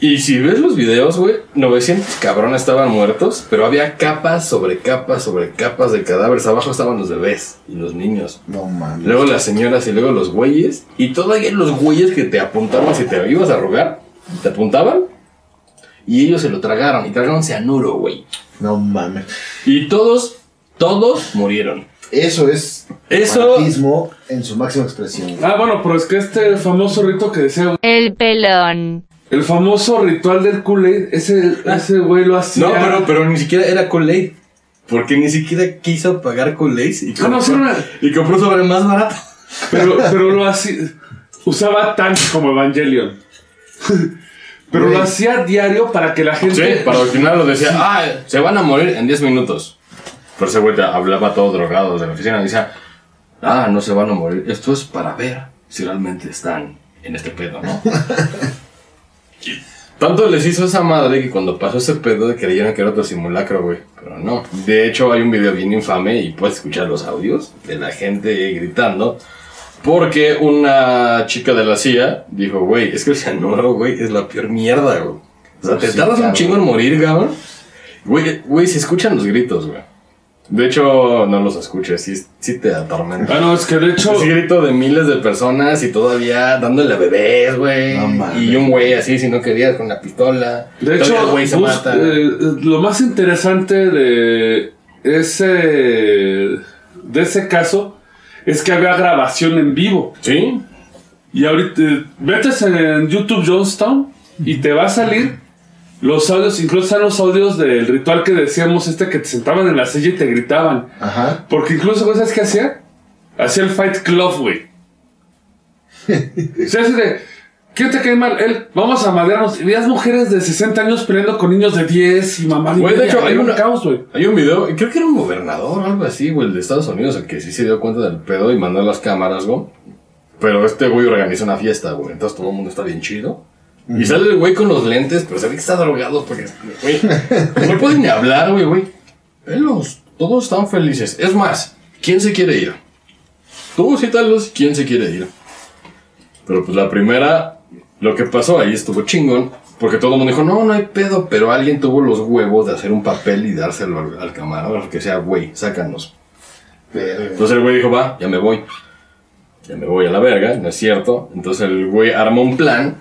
[SPEAKER 3] Y si ves los videos, güey, 900 cabrones estaban muertos, pero había capas sobre capas sobre capas de cadáveres. Abajo estaban los bebés y los niños.
[SPEAKER 4] No mames.
[SPEAKER 3] Luego las señoras y luego los güeyes. Y todavía los güeyes que te apuntaban si te ibas a rogar, te apuntaban. Y ellos se lo tragaron. Y tragaron cianuro, güey.
[SPEAKER 4] No mames.
[SPEAKER 3] Y todos, todos murieron.
[SPEAKER 4] Eso es
[SPEAKER 3] Eso-
[SPEAKER 4] fanatismo en su máxima expresión.
[SPEAKER 2] Ah, bueno, pero es que este famoso rito que decía
[SPEAKER 6] El pelón.
[SPEAKER 2] El famoso ritual del Kool-Aid, ese, ese güey lo hacía.
[SPEAKER 3] No, pero, pero ni siquiera era Kool-Aid. Porque ni siquiera quiso pagar Kool-Aid y,
[SPEAKER 2] Ah, no,
[SPEAKER 3] compró-
[SPEAKER 2] sí, una-
[SPEAKER 3] y compró sobre más barato.
[SPEAKER 2] Pero, pero lo hacía. Usaba tanques como Evangelion. Pero lo
[SPEAKER 4] Güey.
[SPEAKER 2] hacía diario para que la
[SPEAKER 3] Sí,
[SPEAKER 2] gente.
[SPEAKER 3] para final lo decía, ah, se van a morir en 10 minutos. Pero ese güey te hablaba todo drogado de la oficina y decía, ah, no se van a morir. Esto es para ver si realmente están en este pedo, ¿no? Y Tanto les hizo esa madre que cuando pasó ese pedo creyeron que era otro simulacro, güey. Pero no. De hecho, hay un video bien infame y puedes escuchar los audios de la gente gritando. Porque una chica de la CIA dijo, güey, es que el cianuro, güey, es la peor mierda, güey. O sea, te
[SPEAKER 4] Sí,
[SPEAKER 3] tardas un
[SPEAKER 4] cabrón.
[SPEAKER 3] chingo en morir, cabrón. Güey, güey, se escuchan los gritos, güey. De hecho, no los escuches, sí, sí te atormenta.
[SPEAKER 2] Ah, no, es que de hecho.
[SPEAKER 3] Ese grito de miles de personas y todavía dándole a bebés, güey.
[SPEAKER 4] No mames.
[SPEAKER 3] y un güey así, si no querías, con una pistola.
[SPEAKER 2] De
[SPEAKER 3] Todavía
[SPEAKER 2] hecho,
[SPEAKER 3] el güey se
[SPEAKER 2] bus-
[SPEAKER 3] mata.
[SPEAKER 2] eh, lo más interesante de ese, de ese caso es que había grabación en vivo.
[SPEAKER 3] Sí,
[SPEAKER 2] Y ahorita, eh, vete en YouTube Jonestown y te va a salir los audios, incluso están los audios del ritual que decíamos, este que te sentaban en la silla y te gritaban.
[SPEAKER 4] Ajá.
[SPEAKER 2] Porque incluso, güey, ¿sabes qué hacía? Hacía el Fight Club, güey. Se hace de, ¿quién te cae mal? Él, vamos a madrearnos. Y veías mujeres de 60 años peleando con niños de 10 y mamá. y
[SPEAKER 3] Güey, de
[SPEAKER 2] media.
[SPEAKER 3] hecho, hay
[SPEAKER 2] Era un
[SPEAKER 3] una-
[SPEAKER 2] caos, güey.
[SPEAKER 3] Hay un video, creo que era un gobernador o algo así, güey, el de Estados Unidos, el que sí se dio cuenta del pedo y mandó las cámaras, güey. Pero este güey organizó una fiesta, güey, entonces todo el mundo está bien chido. Y sale el güey con los lentes, pero se ve que está drogado porque, güey, no pueden ni hablar, güey, güey. Velos, todos están felices. Es más, ¿quién se quiere ir? Todos y talos, ¿quién se quiere ir? Pero pues la primera, lo que pasó ahí estuvo chingón, porque todo el mundo dijo, no, no hay pedo, pero alguien tuvo los huevos de hacer un papel y dárselo al, al camarógrafo, que sea, güey, sácanos.
[SPEAKER 4] Pero,
[SPEAKER 3] Entonces el güey dijo, va, ya me voy. Ya me voy a la verga, no es cierto. Entonces el güey arma un plan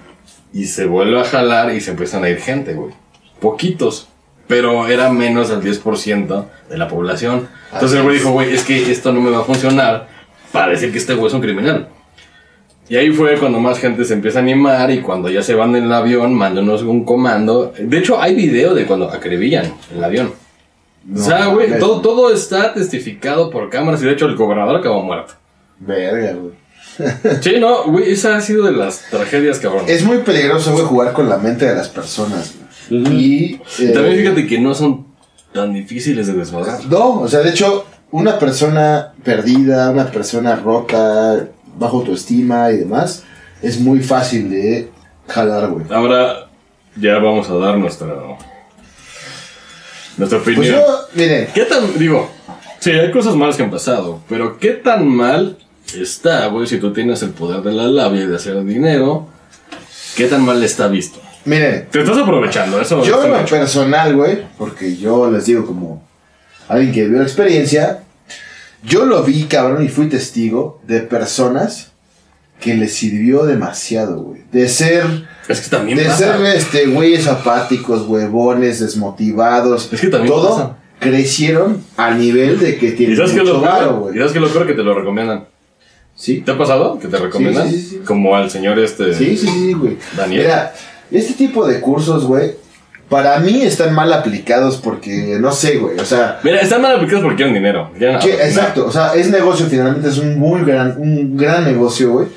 [SPEAKER 3] y se vuelve a jalar y se empiezan a ir gente, güey. Poquitos, pero era menos del 10% de la población. Entonces el güey dijo, güey, es que esto no me va a funcionar para decir que este güey es un criminal. Y ahí fue cuando más gente se empieza a animar y cuando ya se van en el avión, mándanos un comando. De hecho, hay video de cuando acribillan el avión. o sea,
[SPEAKER 4] No,
[SPEAKER 3] güey,
[SPEAKER 4] mames.
[SPEAKER 3] todo, todo está testificado por cámaras y de hecho el gobernador acabó muerto.
[SPEAKER 4] verga, güey.
[SPEAKER 3] Sí, no, güey, esa ha sido de las tragedias, cabrón.
[SPEAKER 4] Es muy peligroso, güey, jugar con la mente de las personas. güey. Y.
[SPEAKER 3] Y
[SPEAKER 4] eh,
[SPEAKER 3] también fíjate que no son tan difíciles de desmadrar.
[SPEAKER 4] No, o sea, de hecho, una persona perdida, una persona rota, bajo autoestima y demás, es muy fácil de jalar, güey.
[SPEAKER 3] Ahora ya vamos a dar nuestra nuestra opinión.
[SPEAKER 4] Pues yo, miren,
[SPEAKER 3] ¿Qué tan, digo, sí, hay cosas malas que han pasado, pero qué tan mal está, güey, si tú tienes el poder de la labia y de hacer dinero, qué tan mal está visto?
[SPEAKER 4] miren,
[SPEAKER 3] Te estás aprovechando, eso
[SPEAKER 4] yo
[SPEAKER 3] es
[SPEAKER 4] en
[SPEAKER 3] un
[SPEAKER 4] lo
[SPEAKER 3] hecho.
[SPEAKER 4] personal, güey, porque yo les digo como alguien que vivió la experiencia, yo lo vi, cabrón, y fui testigo de personas que les sirvió demasiado, güey. De ser
[SPEAKER 3] Es que también
[SPEAKER 4] De
[SPEAKER 3] pasa.
[SPEAKER 4] ser este, güeyes apáticos, huevones, desmotivados.
[SPEAKER 3] Es que también
[SPEAKER 4] todo
[SPEAKER 3] pasa.
[SPEAKER 4] crecieron a nivel de que
[SPEAKER 3] ¿Y
[SPEAKER 4] tienen
[SPEAKER 3] sabes qué es
[SPEAKER 4] mucho
[SPEAKER 3] lo
[SPEAKER 4] varo,
[SPEAKER 3] peor? ¿Y
[SPEAKER 4] güey.
[SPEAKER 3] sabes qué es lo peor? Que te lo recomiendan.
[SPEAKER 4] Sí.
[SPEAKER 3] ¿Te ha pasado que te recomiendan?
[SPEAKER 4] sí, sí, sí.
[SPEAKER 3] Como al señor este.
[SPEAKER 4] Sí, sí, sí, güey.
[SPEAKER 3] Daniel.
[SPEAKER 4] Mira, este tipo de cursos, güey, para mí están mal aplicados porque no sé, güey, o sea,
[SPEAKER 3] Mira, están mal aplicados porque quieren dinero. quieren
[SPEAKER 4] que-
[SPEAKER 3] apropiar.
[SPEAKER 4] exacto, o sea, es negocio finalmente, es un muy gran un gran negocio, güey.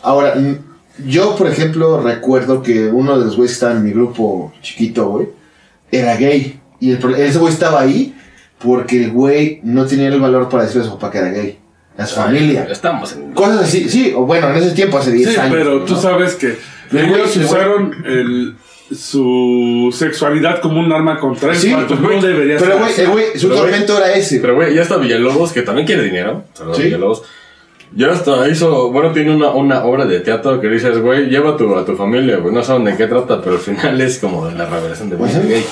[SPEAKER 4] Ahora, mm, yo, por ejemplo, recuerdo que uno de los güeyes que estaba en mi grupo chiquito, güey, era gay. Y el, pro- ese güey estaba ahí porque el güey no tenía el valor para decirle a su papá que era gay. A su familia.
[SPEAKER 3] Estamos en.
[SPEAKER 4] Cosas así, sí, o bueno, en ese tiempo, hace 10
[SPEAKER 2] Sí,
[SPEAKER 4] años.
[SPEAKER 2] pero
[SPEAKER 4] ¿no?
[SPEAKER 2] tú sabes que
[SPEAKER 4] Pero, güey,
[SPEAKER 2] ellos
[SPEAKER 4] ese güey-
[SPEAKER 2] usaron el- su sexualidad como un arma contra él.
[SPEAKER 4] Sí,
[SPEAKER 2] cuando
[SPEAKER 4] pues,
[SPEAKER 2] no debería
[SPEAKER 4] Pero
[SPEAKER 2] ser
[SPEAKER 4] güey,
[SPEAKER 2] así.
[SPEAKER 4] el güey, su
[SPEAKER 3] Pero, güey,
[SPEAKER 4] tormento era ese.
[SPEAKER 3] Pero güey, ya está Villalobos, que también quiere dinero. Saludos,
[SPEAKER 4] Sí.
[SPEAKER 3] Villalobos. Ya está, hizo. Bueno, tiene una, una obra de teatro que dices, güey, lleva a tu, a tu familia, güey. No saben de qué trata, pero al final es como de la revelación de
[SPEAKER 4] Pues sí.
[SPEAKER 3] gay.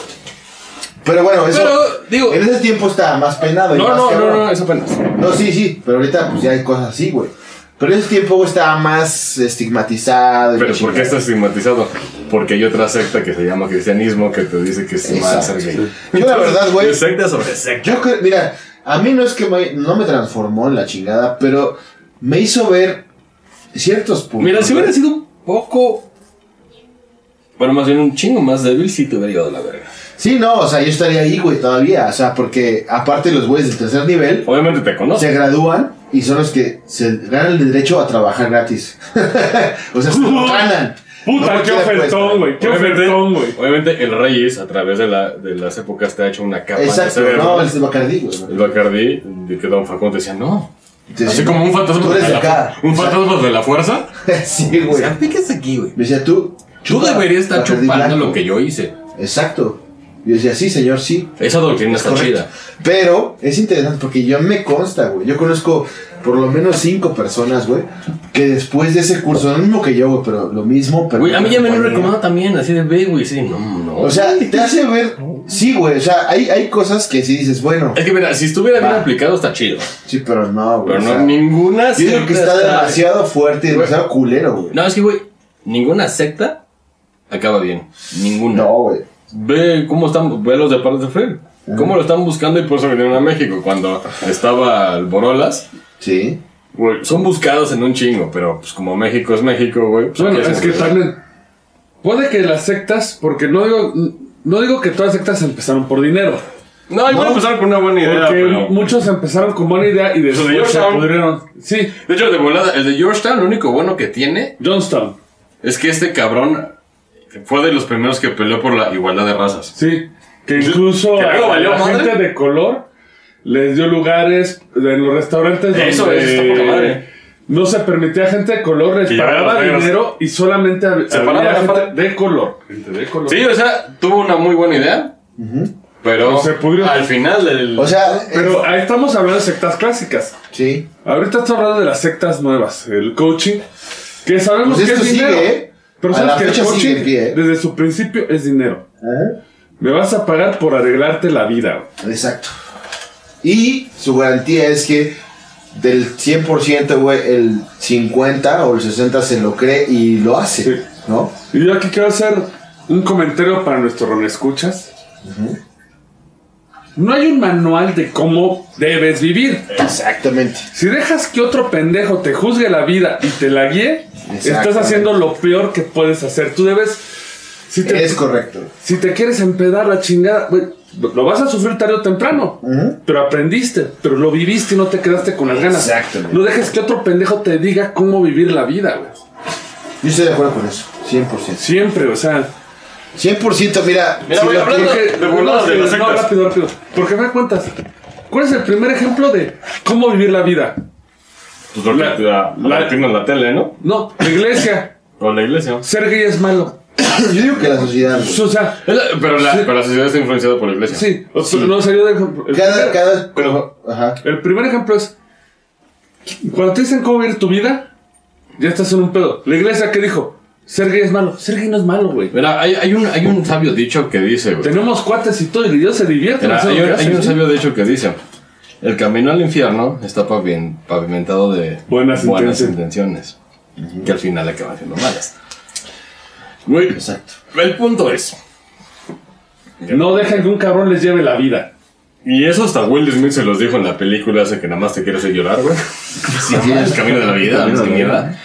[SPEAKER 4] pero bueno, eso.
[SPEAKER 3] Pero, digo.
[SPEAKER 4] en ese tiempo estaba más penado. y
[SPEAKER 3] No,
[SPEAKER 4] más
[SPEAKER 3] no, no,
[SPEAKER 4] cabrón.
[SPEAKER 3] no, es apenas.
[SPEAKER 4] No, sí, sí, pero ahorita pues ya hay cosas así, güey. Pero en ese tiempo güey, estaba más estigmatizado. y
[SPEAKER 3] Pero
[SPEAKER 4] la
[SPEAKER 3] ¿por
[SPEAKER 4] chingada.
[SPEAKER 3] qué está estigmatizado? Porque hay otra secta que se llama cristianismo que te dice que se va a ser gay.
[SPEAKER 4] Yo la verdad, güey,
[SPEAKER 3] Es Secta sobre secta.
[SPEAKER 4] yo creo, mira, a mí no es que me- no me transformó en la chingada, pero me hizo ver ciertos puntos.
[SPEAKER 3] Mira, si
[SPEAKER 4] güey.
[SPEAKER 3] hubiera sido un poco Bueno, más bien un chingo más débil sí te hubiera ido de la verga.
[SPEAKER 4] Sí, no, o sea, yo estaría ahí, güey, todavía. O sea, porque aparte los güeyes del tercer nivel
[SPEAKER 3] Obviamente te conoce.
[SPEAKER 4] se gradúan y son los que se ganan el derecho a trabajar gratis. o sea, se lo ganan.
[SPEAKER 2] Puta,
[SPEAKER 4] No
[SPEAKER 2] qué
[SPEAKER 4] cualquiera cuesta.
[SPEAKER 2] ofertón, güey. Qué ofertón, güey.
[SPEAKER 3] Obviamente, obviamente el Reyes, a través de, la, de las épocas, te ha hecho una capa.
[SPEAKER 4] Exacto, no,
[SPEAKER 3] de cerebro.
[SPEAKER 4] es de Bacardí, güey.
[SPEAKER 3] El Bacardi, de que Don Facón te decía, no.
[SPEAKER 4] Te
[SPEAKER 3] Así
[SPEAKER 4] decía,
[SPEAKER 3] como un fantasma.
[SPEAKER 4] Tú eres
[SPEAKER 3] de
[SPEAKER 4] de
[SPEAKER 3] la,
[SPEAKER 4] acá.
[SPEAKER 3] Un fantasma de la fuerza.
[SPEAKER 4] sí, güey.
[SPEAKER 3] Decía, "Píquese aquí, güey.
[SPEAKER 4] Me decía, tú.
[SPEAKER 3] Tú
[SPEAKER 4] chupa
[SPEAKER 3] deberías estar
[SPEAKER 4] Bacardí
[SPEAKER 3] chupando
[SPEAKER 4] blanco".
[SPEAKER 3] lo que yo hice.
[SPEAKER 4] Exacto. Yo decía, sí, señor, sí.
[SPEAKER 3] Esa doctrina está
[SPEAKER 4] Correcto.
[SPEAKER 3] chida.
[SPEAKER 4] Pero es interesante porque yo me consta, güey. Yo conozco por lo menos cinco personas, güey, que después de ese curso, lo mismo que yo, güey, pero lo mismo. Pero
[SPEAKER 3] Güey, a mí ya me lo han
[SPEAKER 4] Compañía.
[SPEAKER 3] recomendado también, así de ve, güey. Sí, no, no.
[SPEAKER 4] O sea, te hace ver. Sí, güey, o sea, hay, hay cosas que sí dices, bueno.
[SPEAKER 3] es que mira, si estuviera bien
[SPEAKER 4] Va.
[SPEAKER 3] aplicado, está chido.
[SPEAKER 4] Sí, pero no, güey.
[SPEAKER 3] Eh. Pero
[SPEAKER 4] o
[SPEAKER 3] no,
[SPEAKER 4] sea,
[SPEAKER 3] ninguna
[SPEAKER 4] yo digo que está demasiado fuerte y
[SPEAKER 3] Güey.
[SPEAKER 4] demasiado culero, güey.
[SPEAKER 3] No, es que, güey, ninguna secta acaba bien. Ninguna.
[SPEAKER 4] No, güey.
[SPEAKER 3] Ve cómo están, ve los de Palos de Fred. Cómo lo están buscando y por eso vinieron a México cuando estaba el Borolas.
[SPEAKER 4] Sí.
[SPEAKER 3] Güey, son buscados en un chingo, pero pues como México es México, güey. pues,
[SPEAKER 2] Bueno,
[SPEAKER 3] ¿qué
[SPEAKER 2] es
[SPEAKER 3] hacen,
[SPEAKER 2] que
[SPEAKER 3] güey?
[SPEAKER 2] también. Puede que las sectas, porque no digo, no digo que todas las sectas empezaron por dinero.
[SPEAKER 3] No, igual
[SPEAKER 4] No.
[SPEAKER 3] empezaron con una buena idea,
[SPEAKER 2] Porque
[SPEAKER 3] pero-
[SPEAKER 2] muchos empezaron con buena idea y después se
[SPEAKER 3] Georgetown.
[SPEAKER 2] pudrieron. Sí,
[SPEAKER 3] De hecho, de volada, el de Georgetown, lo único bueno que tiene
[SPEAKER 2] Johnstown.
[SPEAKER 3] es que este cabrón fue de los primeros que peleó por la igualdad de razas.
[SPEAKER 2] Sí, que incluso
[SPEAKER 3] Que
[SPEAKER 2] a,
[SPEAKER 3] luego valió
[SPEAKER 2] la
[SPEAKER 3] madre.
[SPEAKER 2] gente de color les dio lugares en los restaurantes donde
[SPEAKER 3] Eso, eso está poca madre.
[SPEAKER 2] no se permitía gente de color, les
[SPEAKER 3] Que llevaba
[SPEAKER 2] pagaba
[SPEAKER 3] los negros.
[SPEAKER 2] dinero y solamente hab-
[SPEAKER 3] Se paraba
[SPEAKER 2] había
[SPEAKER 3] la
[SPEAKER 2] gente
[SPEAKER 3] parte-
[SPEAKER 2] de color. Gente de color.
[SPEAKER 3] Sí, o sea, tuvo una muy buena idea, pero
[SPEAKER 2] Pero se pudrió.
[SPEAKER 3] al final el...
[SPEAKER 4] O sea,
[SPEAKER 2] Pero
[SPEAKER 4] es-
[SPEAKER 2] ahí estamos hablando de sectas clásicas.
[SPEAKER 4] sí.
[SPEAKER 2] Ahorita estamos hablando de las sectas nuevas, el coaching, que sabemos
[SPEAKER 4] Pues
[SPEAKER 2] que
[SPEAKER 4] esto
[SPEAKER 2] es dinero.
[SPEAKER 4] sigue, ¿eh?
[SPEAKER 2] Pero
[SPEAKER 4] A
[SPEAKER 2] sabes
[SPEAKER 4] la
[SPEAKER 2] que el
[SPEAKER 4] fecha sigue
[SPEAKER 2] coaching
[SPEAKER 4] en pie, ¿eh?
[SPEAKER 2] desde su principio es dinero.
[SPEAKER 4] Ajá.
[SPEAKER 2] Me vas a pagar por arreglarte la vida. güey.
[SPEAKER 4] Exacto. Y su garantía es que del 100%, güey, el 50 o el 60 se lo cree y lo hace,
[SPEAKER 2] Sí.
[SPEAKER 4] ¿no?
[SPEAKER 2] Y yo aquí quiero hacer un comentario para nuestro Ron Escuchas. No hay un manual de cómo debes vivir.
[SPEAKER 4] Exactamente.
[SPEAKER 2] Si dejas que otro pendejo te juzgue la vida y te la guíe, estás haciendo lo peor que puedes hacer. Tú debes. Si te,
[SPEAKER 4] Es correcto.
[SPEAKER 2] si te quieres empedar la chingada, güey, lo vas a sufrir tarde o temprano. Pero aprendiste, pero lo viviste y no te quedaste con las ganas.
[SPEAKER 4] Exactamente.
[SPEAKER 2] No dejes que otro pendejo te diga cómo vivir la vida, güey.
[SPEAKER 4] Yo estoy de acuerdo con eso. 100%.
[SPEAKER 2] Siempre, o sea.
[SPEAKER 4] 100%, mira.
[SPEAKER 3] Mira,
[SPEAKER 4] si
[SPEAKER 3] voy
[SPEAKER 4] lo
[SPEAKER 3] hablando.
[SPEAKER 4] que-
[SPEAKER 2] Porque,
[SPEAKER 3] de volada,
[SPEAKER 2] no,
[SPEAKER 3] de las
[SPEAKER 2] no,
[SPEAKER 3] sectas.
[SPEAKER 2] rápido, rápido. Porque me cuentas, ¿cuál es el primer ejemplo de cómo vivir la vida?
[SPEAKER 3] Pues lo que
[SPEAKER 2] La-
[SPEAKER 3] te da- lo
[SPEAKER 2] la-
[SPEAKER 3] que tiene en la tele, ¿no?
[SPEAKER 2] No, la iglesia,
[SPEAKER 3] O la iglesia.
[SPEAKER 2] ser gay es malo.
[SPEAKER 4] Yo digo que la sociedad. güey.
[SPEAKER 2] O sea,
[SPEAKER 3] Es la- pero, la,
[SPEAKER 2] Sí.
[SPEAKER 3] pero la sociedad está influenciada por la iglesia.
[SPEAKER 2] sí, o sea, no salió de ejemplo. El
[SPEAKER 4] Cada,
[SPEAKER 2] primer-
[SPEAKER 4] cada.
[SPEAKER 2] pero-
[SPEAKER 4] Ajá.
[SPEAKER 2] El primer ejemplo es, cuando te dicen cómo vivir tu vida, ya estás en un pedo. La iglesia, ¿qué dijo? Ser gay es malo. Ser gay no es malo, güey.
[SPEAKER 3] Mira, hay, hay un, hay un sabio dicho que dice, güey.
[SPEAKER 2] Tenemos cuates y todo, y Dios se divierte.
[SPEAKER 3] Mira,
[SPEAKER 2] no sé
[SPEAKER 3] hay,
[SPEAKER 2] lo
[SPEAKER 3] un-
[SPEAKER 2] que
[SPEAKER 3] hay
[SPEAKER 2] hacen,
[SPEAKER 3] un
[SPEAKER 2] ¿sí?
[SPEAKER 3] sabio dicho que dice: El camino al infierno está pavi- pavimentado de
[SPEAKER 2] Buenas intenciones.
[SPEAKER 3] intenciones, que al final acaban siendo malas. Güey,
[SPEAKER 4] Exacto.
[SPEAKER 3] el punto es.
[SPEAKER 2] No dejen que un cabrón les lleve la vida.
[SPEAKER 3] Y eso hasta Will Smith se los dijo en la película hace que nada más te quieres hacer llorar, güey. Sí, el camino de la vida,
[SPEAKER 4] Camino
[SPEAKER 3] ¿ves
[SPEAKER 4] de
[SPEAKER 3] qué
[SPEAKER 4] la
[SPEAKER 3] mierda?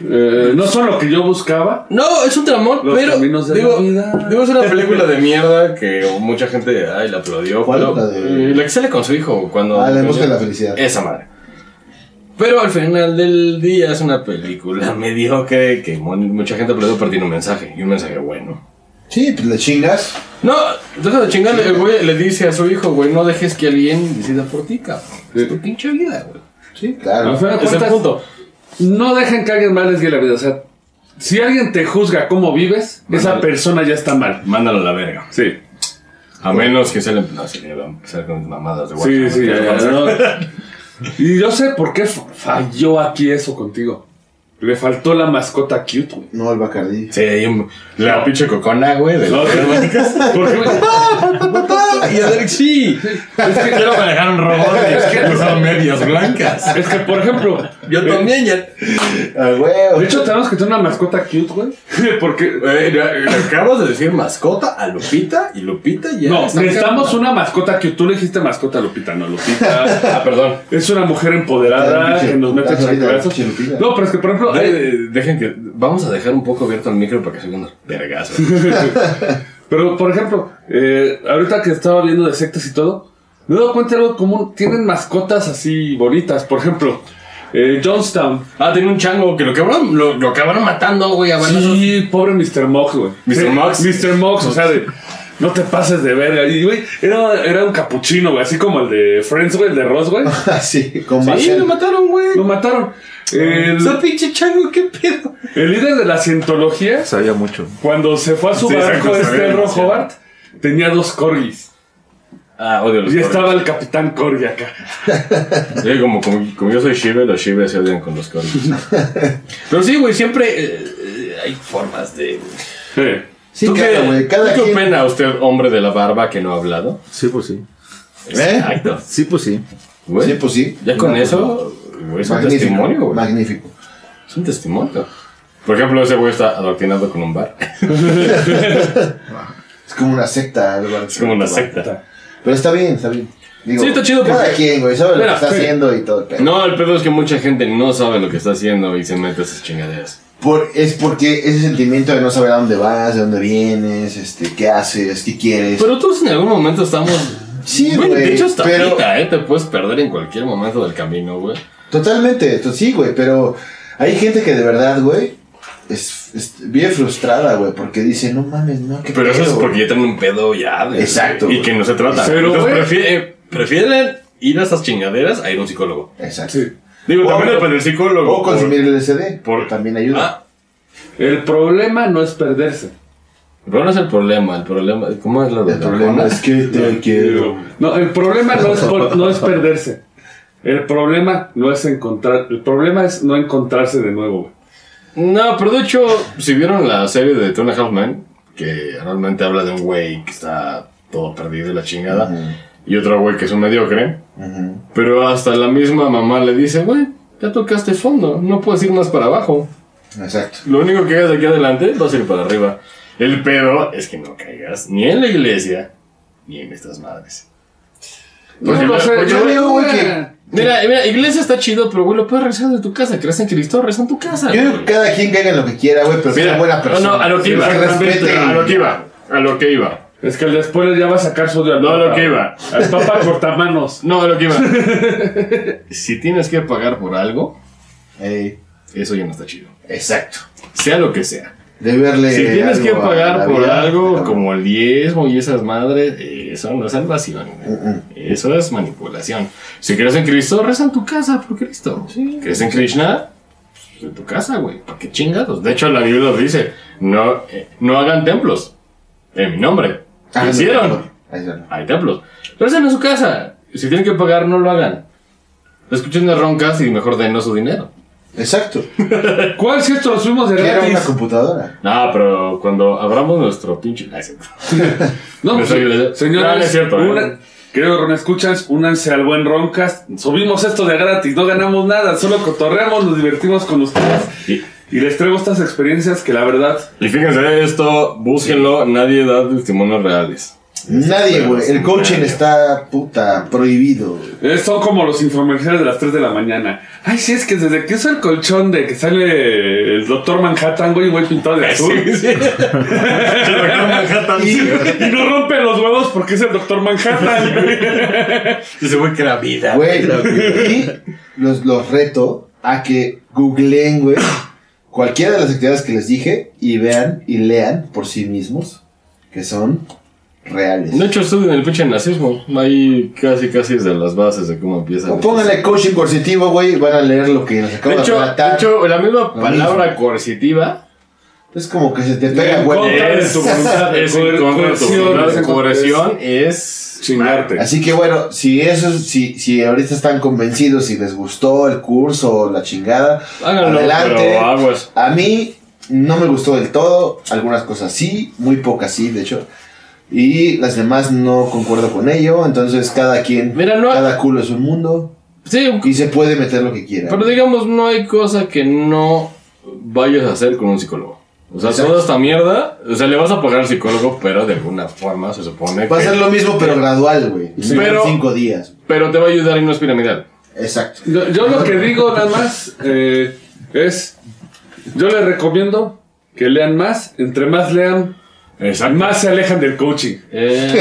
[SPEAKER 2] Eh, no son lo que yo buscaba,
[SPEAKER 3] No, es un tramón,
[SPEAKER 2] Los
[SPEAKER 3] pero.
[SPEAKER 2] caminos de
[SPEAKER 3] digo,
[SPEAKER 2] la vida.
[SPEAKER 3] digo, es una película de mierda que mucha gente ay, la aplaudió.
[SPEAKER 4] ¿Cuál?
[SPEAKER 3] pero,
[SPEAKER 4] La de-
[SPEAKER 3] eh, la que sale con su hijo cuando.
[SPEAKER 4] Ah, la en busca de la felicidad.
[SPEAKER 3] Esa madre. Pero al final del día es una película mediocre que mon- mucha gente aplaudió, pero tiene un mensaje. Y un mensaje bueno.
[SPEAKER 4] Sí, pues le chingas.
[SPEAKER 3] No, deja de chingar, el güey le dice a su hijo, güey, no dejes que alguien decida por ti, cabrón. Es tu pinche vida, güey.
[SPEAKER 4] Sí,
[SPEAKER 2] Al
[SPEAKER 4] claro.
[SPEAKER 2] final de
[SPEAKER 3] Ese es el
[SPEAKER 2] cuentas,
[SPEAKER 3] punto.
[SPEAKER 2] No dejen que alguien mal les guíe la vida. O sea, si alguien te juzga cómo vives, esa persona ya está mal.
[SPEAKER 3] Mándalo a la verga.
[SPEAKER 2] Sí.
[SPEAKER 3] A menos que sea el... No, sería empezar con mis mamadas de
[SPEAKER 2] Sí,
[SPEAKER 3] WhatsApp.
[SPEAKER 2] sí, ya, ya, no. Y yo sé por qué fa- falló aquí eso contigo. Le faltó la mascota cute, güey.
[SPEAKER 4] No, el Bacardí.
[SPEAKER 3] Sí, hay un- la pinche cocona, güey. del-
[SPEAKER 2] No, te- ¿Por qué, güey?
[SPEAKER 3] matar. Y a Derek sí. Es que quiero manejar un robot y es que usan medias blancas.
[SPEAKER 2] Es que, por ejemplo,
[SPEAKER 3] Yo
[SPEAKER 2] eh,
[SPEAKER 3] también ya.
[SPEAKER 4] Ah, güey.
[SPEAKER 2] De hecho, tenemos que tener una mascota cute, güey. Porque.
[SPEAKER 3] Eh, le- le acabas de decir mascota a Lupita y Lupita ya.
[SPEAKER 2] No,
[SPEAKER 3] está
[SPEAKER 2] necesitamos
[SPEAKER 3] acabada.
[SPEAKER 2] una mascota cute. Tú le dijiste mascota a Lupita, no, Lupita.
[SPEAKER 3] Ah, perdón.
[SPEAKER 2] Es una mujer empoderada
[SPEAKER 4] Ay,
[SPEAKER 2] que nos mete
[SPEAKER 4] pinche
[SPEAKER 2] chacabrazos.
[SPEAKER 4] pinche Lupita.
[SPEAKER 2] No, pero es que, por ejemplo,
[SPEAKER 3] De-
[SPEAKER 2] eh,
[SPEAKER 3] de- dejen que. Vamos a dejar un poco abierto el micro para que se unos vergazos.
[SPEAKER 2] eh, Pero, por ejemplo, eh, ahorita que estaba viendo de sectas y todo, me he dado cuenta de algo común. Tienen mascotas así bonitas. Por ejemplo, eh, Johnstown.
[SPEAKER 3] Ah, tiene un chango que lo acabaron, lo, lo acabaron matando, güey. A balazos.
[SPEAKER 2] Sí, pobre Mr. Mox, güey.
[SPEAKER 3] Mr.
[SPEAKER 2] Sí,
[SPEAKER 3] Mox.
[SPEAKER 2] Mr. Mox, o sea, de. No te pases de verga. Y, güey, era, era un capuchino, güey. Así como el de Friends, güey, el de Ross, güey.
[SPEAKER 4] Así, con
[SPEAKER 3] Sí,
[SPEAKER 4] Marcel.
[SPEAKER 3] lo mataron, güey.
[SPEAKER 2] Lo mataron. El,
[SPEAKER 3] Ese pinche chango, qué pedo.
[SPEAKER 2] el líder de la cientología,
[SPEAKER 5] Sabía mucho.
[SPEAKER 2] cuando se fue a su
[SPEAKER 3] Sí,
[SPEAKER 2] barco,
[SPEAKER 3] exacto, se
[SPEAKER 2] este
[SPEAKER 3] ve
[SPEAKER 2] Ron
[SPEAKER 3] demasiado.
[SPEAKER 2] Hobart, tenía dos corgis.
[SPEAKER 3] Ah, odio los
[SPEAKER 2] Y
[SPEAKER 3] corgis.
[SPEAKER 2] estaba el capitán corgi acá.
[SPEAKER 3] Sí, como, como, como yo soy Shive, los Shive se odian con los corgis. Pero sí, güey, siempre eh, eh, hay formas de.
[SPEAKER 2] Sí.
[SPEAKER 4] Sí,
[SPEAKER 3] ¿Tú
[SPEAKER 4] claro,
[SPEAKER 3] qué-
[SPEAKER 4] güey. Cada
[SPEAKER 3] ¿tú qué
[SPEAKER 4] quien-
[SPEAKER 3] opina usted, hombre de la barba que no ha hablado?
[SPEAKER 5] Sí, pues sí.
[SPEAKER 4] ¿Eh?
[SPEAKER 3] Exacto.
[SPEAKER 5] Sí, pues sí.
[SPEAKER 3] Güey,
[SPEAKER 4] Sí, pues sí.
[SPEAKER 3] Ya con
[SPEAKER 4] No,
[SPEAKER 3] eso, güey, es un
[SPEAKER 4] Magnífico,
[SPEAKER 3] testimonio, güey.
[SPEAKER 4] Magnífico.
[SPEAKER 3] Es un testimonio. Por ejemplo, ese güey está adoctrinado con un bar.
[SPEAKER 4] Es como una secta, Álvaro.
[SPEAKER 3] Es como una secta.
[SPEAKER 4] Pero está bien, está bien. Digo,
[SPEAKER 3] Sí, está chido
[SPEAKER 4] Cada
[SPEAKER 3] porque-
[SPEAKER 4] quien, güey, sabe lo que
[SPEAKER 3] Mira,
[SPEAKER 4] está
[SPEAKER 3] sí.
[SPEAKER 4] haciendo y todo el pedo.
[SPEAKER 3] No, el pedo es que mucha gente no sabe lo que está haciendo y se mete a esas chingaderas.
[SPEAKER 4] Por- es porque ese sentimiento de no saber a dónde vas, de dónde vienes, este, qué haces, qué quieres.
[SPEAKER 3] Pero todos en algún momento estamos.
[SPEAKER 4] Sí,
[SPEAKER 3] Güey,
[SPEAKER 4] güey,
[SPEAKER 3] De hecho, hasta
[SPEAKER 4] pero-
[SPEAKER 3] ahorita, ¿eh? Te puedes perder en cualquier momento del camino, güey.
[SPEAKER 4] Totalmente, to- sí, güey, pero hay gente que de verdad, güey, es, es bien frustrada, güey, porque dice, no mames, no, qué
[SPEAKER 3] Pero eso es
[SPEAKER 4] pedo,
[SPEAKER 3] porque ya tienen un pedo ya. de-
[SPEAKER 4] Exacto,
[SPEAKER 3] Y
[SPEAKER 4] güey.
[SPEAKER 3] que no se trata.
[SPEAKER 2] Pero,
[SPEAKER 3] Entonces
[SPEAKER 2] güey.
[SPEAKER 3] prefie- eh, prefieren ir a estas chingaderas a ir a un psicólogo.
[SPEAKER 4] Exacto.
[SPEAKER 2] Sí.
[SPEAKER 3] Digo,
[SPEAKER 4] O-
[SPEAKER 3] también depende del psicólogo.
[SPEAKER 4] O consumir el SD,
[SPEAKER 3] por-
[SPEAKER 4] también ayuda.
[SPEAKER 3] Ah,
[SPEAKER 2] El problema no es perderse.
[SPEAKER 3] pero no es el problema. El problema. ¿Cómo es la de
[SPEAKER 4] el problema es que te quiero.
[SPEAKER 2] No, el problema no es, por- no es perderse. El problema no es encontrar. El problema es no encontrarse de nuevo, güey.
[SPEAKER 3] No, pero de hecho, si vieron la serie de Tony Halfman, que realmente habla de un güey que está todo perdido y la chingada, y otro güey que es un mediocre, pero hasta la misma mamá le dice, güey, ya tocaste fondo, no puedes ir más para abajo.
[SPEAKER 4] Exacto.
[SPEAKER 3] Lo único que hagas de aquí adelante vas a ir para arriba. El pedo es que no caigas ni en la iglesia, ni en estas madres. Porque
[SPEAKER 2] no
[SPEAKER 3] la-
[SPEAKER 2] sé,
[SPEAKER 3] porque
[SPEAKER 2] yo
[SPEAKER 3] la-
[SPEAKER 2] digo, güey,
[SPEAKER 4] que-
[SPEAKER 3] Mira, mira, iglesia está chido, pero güey, lo puedes rezar de tu casa. Crees en Cristo, reza en tu casa.
[SPEAKER 4] Yo digo
[SPEAKER 3] güey.
[SPEAKER 4] que cada quien caiga en lo que quiera, güey, pero sea buena persona.
[SPEAKER 3] No, no, a lo que iba.
[SPEAKER 4] respete.
[SPEAKER 3] A lo que iba. A lo que iba.
[SPEAKER 2] Es que el después ya va a sacar su odio al
[SPEAKER 3] No,
[SPEAKER 2] Papa,
[SPEAKER 3] lo que iba.
[SPEAKER 2] güey. Al Papa cortamanos.
[SPEAKER 3] No, a lo que iba. si tienes que pagar por algo,
[SPEAKER 4] Ey,
[SPEAKER 3] eso ya no está chido.
[SPEAKER 4] exacto.
[SPEAKER 3] Sea lo que sea.
[SPEAKER 4] De verle.
[SPEAKER 3] si tienes
[SPEAKER 4] Eh, algo
[SPEAKER 3] que
[SPEAKER 4] a la
[SPEAKER 3] pagar por
[SPEAKER 4] vida,
[SPEAKER 3] algo
[SPEAKER 4] pero-
[SPEAKER 3] como el diezmo y esas madres, eh, eso no es salvación.
[SPEAKER 4] Mm,
[SPEAKER 3] Eso es manipulación. Si crees en Cristo, reza en tu casa por Cristo. ¿Crees en Krishna? pues, En tu casa, güey. ¿Para qué chingados? De hecho, la Biblia lo dice: no, eh, no hagan templos en mi nombre.
[SPEAKER 4] Ah,
[SPEAKER 3] ¿Lo
[SPEAKER 4] no,
[SPEAKER 3] hicieron?
[SPEAKER 4] no, ahí está, no.
[SPEAKER 3] Hay templos. Pero esa no es su casa. Si tienen que pagar, no lo hagan. Escuchen las roncas y mejor denos su dinero.
[SPEAKER 4] Exacto.
[SPEAKER 2] ¿Cuál si esto lo subimos de
[SPEAKER 4] Quiero una
[SPEAKER 2] gratis?
[SPEAKER 4] computadora.
[SPEAKER 3] No, pero cuando abramos nuestro pinche. Ay, sí.
[SPEAKER 2] No,
[SPEAKER 3] Me
[SPEAKER 2] pues,
[SPEAKER 3] soy-
[SPEAKER 2] señores,
[SPEAKER 3] No, no es cierto, ¿eh?
[SPEAKER 2] una- queridos Ron, escuchas, únanse al buen Roncast. Subimos esto de gratis, no ganamos nada, solo cotorreamos, nos divertimos con ustedes.
[SPEAKER 3] Y,
[SPEAKER 2] Y les traigo estas experiencias que la verdad
[SPEAKER 3] y fíjense esto, búsquenlo, nadie da testimonios reales.
[SPEAKER 4] Nadie, güey. El coaching está puta prohibido. güey.
[SPEAKER 2] Eh, son como los infomerciales de las 3 de la mañana. Ay, sí, es que desde que uso el colchón de que sale el Doctor Manhattan, güey, güey pintado de azul. Y, y no rompe los huevos porque es el Doctor Manhattan. güey.
[SPEAKER 3] Dice, güey, que la vida.
[SPEAKER 4] Güey, lo- y los, los reto a que googleen, güey, cualquiera de las actividades que les dije y vean y lean por sí mismos que son reales.
[SPEAKER 3] De hecho, estudian el pinche nazismo. Ahí casi, casi es de las bases de cómo empieza.
[SPEAKER 4] O pónganle coaching coercitivo, güey, y van a leer lo que les acabo
[SPEAKER 3] De
[SPEAKER 4] de,
[SPEAKER 3] hecho, de
[SPEAKER 4] relatar.
[SPEAKER 3] hecho, la misma
[SPEAKER 4] mismo.
[SPEAKER 3] palabra coercitiva
[SPEAKER 4] es como que se te
[SPEAKER 2] En
[SPEAKER 4] pega,
[SPEAKER 2] contra
[SPEAKER 4] güey.
[SPEAKER 2] de tu voluntad,
[SPEAKER 3] es
[SPEAKER 2] coer-
[SPEAKER 3] en contra de tu
[SPEAKER 2] coerción,
[SPEAKER 3] voluntad.
[SPEAKER 2] es en contra-
[SPEAKER 3] Coerción es
[SPEAKER 2] Chingarte.
[SPEAKER 4] Así que bueno, si eso, si, si ahorita están convencidos, si les gustó el curso o la chingada,
[SPEAKER 3] Háganlo,
[SPEAKER 4] adelante.
[SPEAKER 3] pero aguas.
[SPEAKER 4] A mí no me gustó del todo, algunas cosas sí, muy pocas sí, de hecho. Y las demás no concuerdo con ello. Entonces cada quien,
[SPEAKER 3] Mira, no-
[SPEAKER 4] cada culo es un mundo.
[SPEAKER 3] Sí,
[SPEAKER 4] Y se puede meter lo que quiera.
[SPEAKER 3] pero digamos, no hay cosa que no vayas a hacer con un psicólogo. O sea,
[SPEAKER 4] Exacto.
[SPEAKER 3] toda esta mierda, o sea, le vas a pagar al psicólogo, pero de alguna forma se supone
[SPEAKER 4] Va a
[SPEAKER 3] que-
[SPEAKER 4] ser lo mismo, pero gradual, güey.
[SPEAKER 3] Sí.
[SPEAKER 4] No en
[SPEAKER 3] Pero-
[SPEAKER 4] cinco días.
[SPEAKER 3] Pero te va a ayudar y no es piramidal.
[SPEAKER 4] Exacto.
[SPEAKER 2] Yo, yo lo que digo nada más eh, es, yo les recomiendo que lean más, entre más lean, eh,
[SPEAKER 3] Exacto.
[SPEAKER 2] más se alejan del coaching,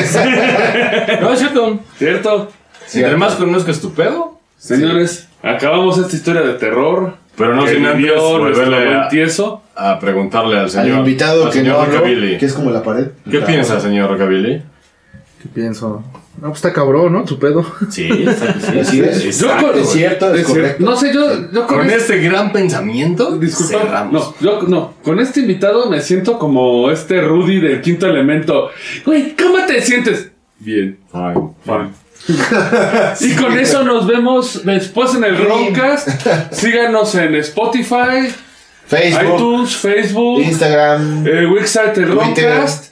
[SPEAKER 3] Eh, no, es cierto.
[SPEAKER 2] ¿cierto?
[SPEAKER 3] Si además conozcas tu pedo,
[SPEAKER 2] Señores, acabamos esta historia de terror.
[SPEAKER 3] Pero no
[SPEAKER 2] que
[SPEAKER 3] sin antes
[SPEAKER 2] vivió nuestro
[SPEAKER 3] volverle
[SPEAKER 2] buen
[SPEAKER 3] a-
[SPEAKER 2] tieso.
[SPEAKER 3] a preguntarle al
[SPEAKER 4] Al
[SPEAKER 3] señor.
[SPEAKER 4] invitado
[SPEAKER 3] al
[SPEAKER 4] que
[SPEAKER 3] señor
[SPEAKER 4] no habló,
[SPEAKER 3] Rockabilly.
[SPEAKER 4] que es como la pared.
[SPEAKER 3] ¿Qué piensa, señor Rockabilly?
[SPEAKER 7] ¿Qué pienso? No, pues está cabrón, ¿no? Tu pedo.
[SPEAKER 3] Sí, sí,
[SPEAKER 4] Así es.
[SPEAKER 2] Yo con-
[SPEAKER 4] Es cierto, es
[SPEAKER 2] Es cierto.
[SPEAKER 4] correcto.
[SPEAKER 2] No sé, yo, yo con,
[SPEAKER 3] Con
[SPEAKER 2] este...
[SPEAKER 3] este gran pensamiento,
[SPEAKER 2] disculpa,
[SPEAKER 3] cerramos.
[SPEAKER 2] no, yo no, con este invitado me siento como este Rudy del quinto elemento. Güey, ¿cómo te sientes? Bien,
[SPEAKER 3] Ay,
[SPEAKER 2] fine. y con eso nos vemos después en el Roncast. Síganos en Spotify,
[SPEAKER 4] Facebook,
[SPEAKER 2] iTunes, Facebook,
[SPEAKER 4] Instagram,
[SPEAKER 2] eh, Wixsite, el
[SPEAKER 4] Twitter.
[SPEAKER 2] Roncast.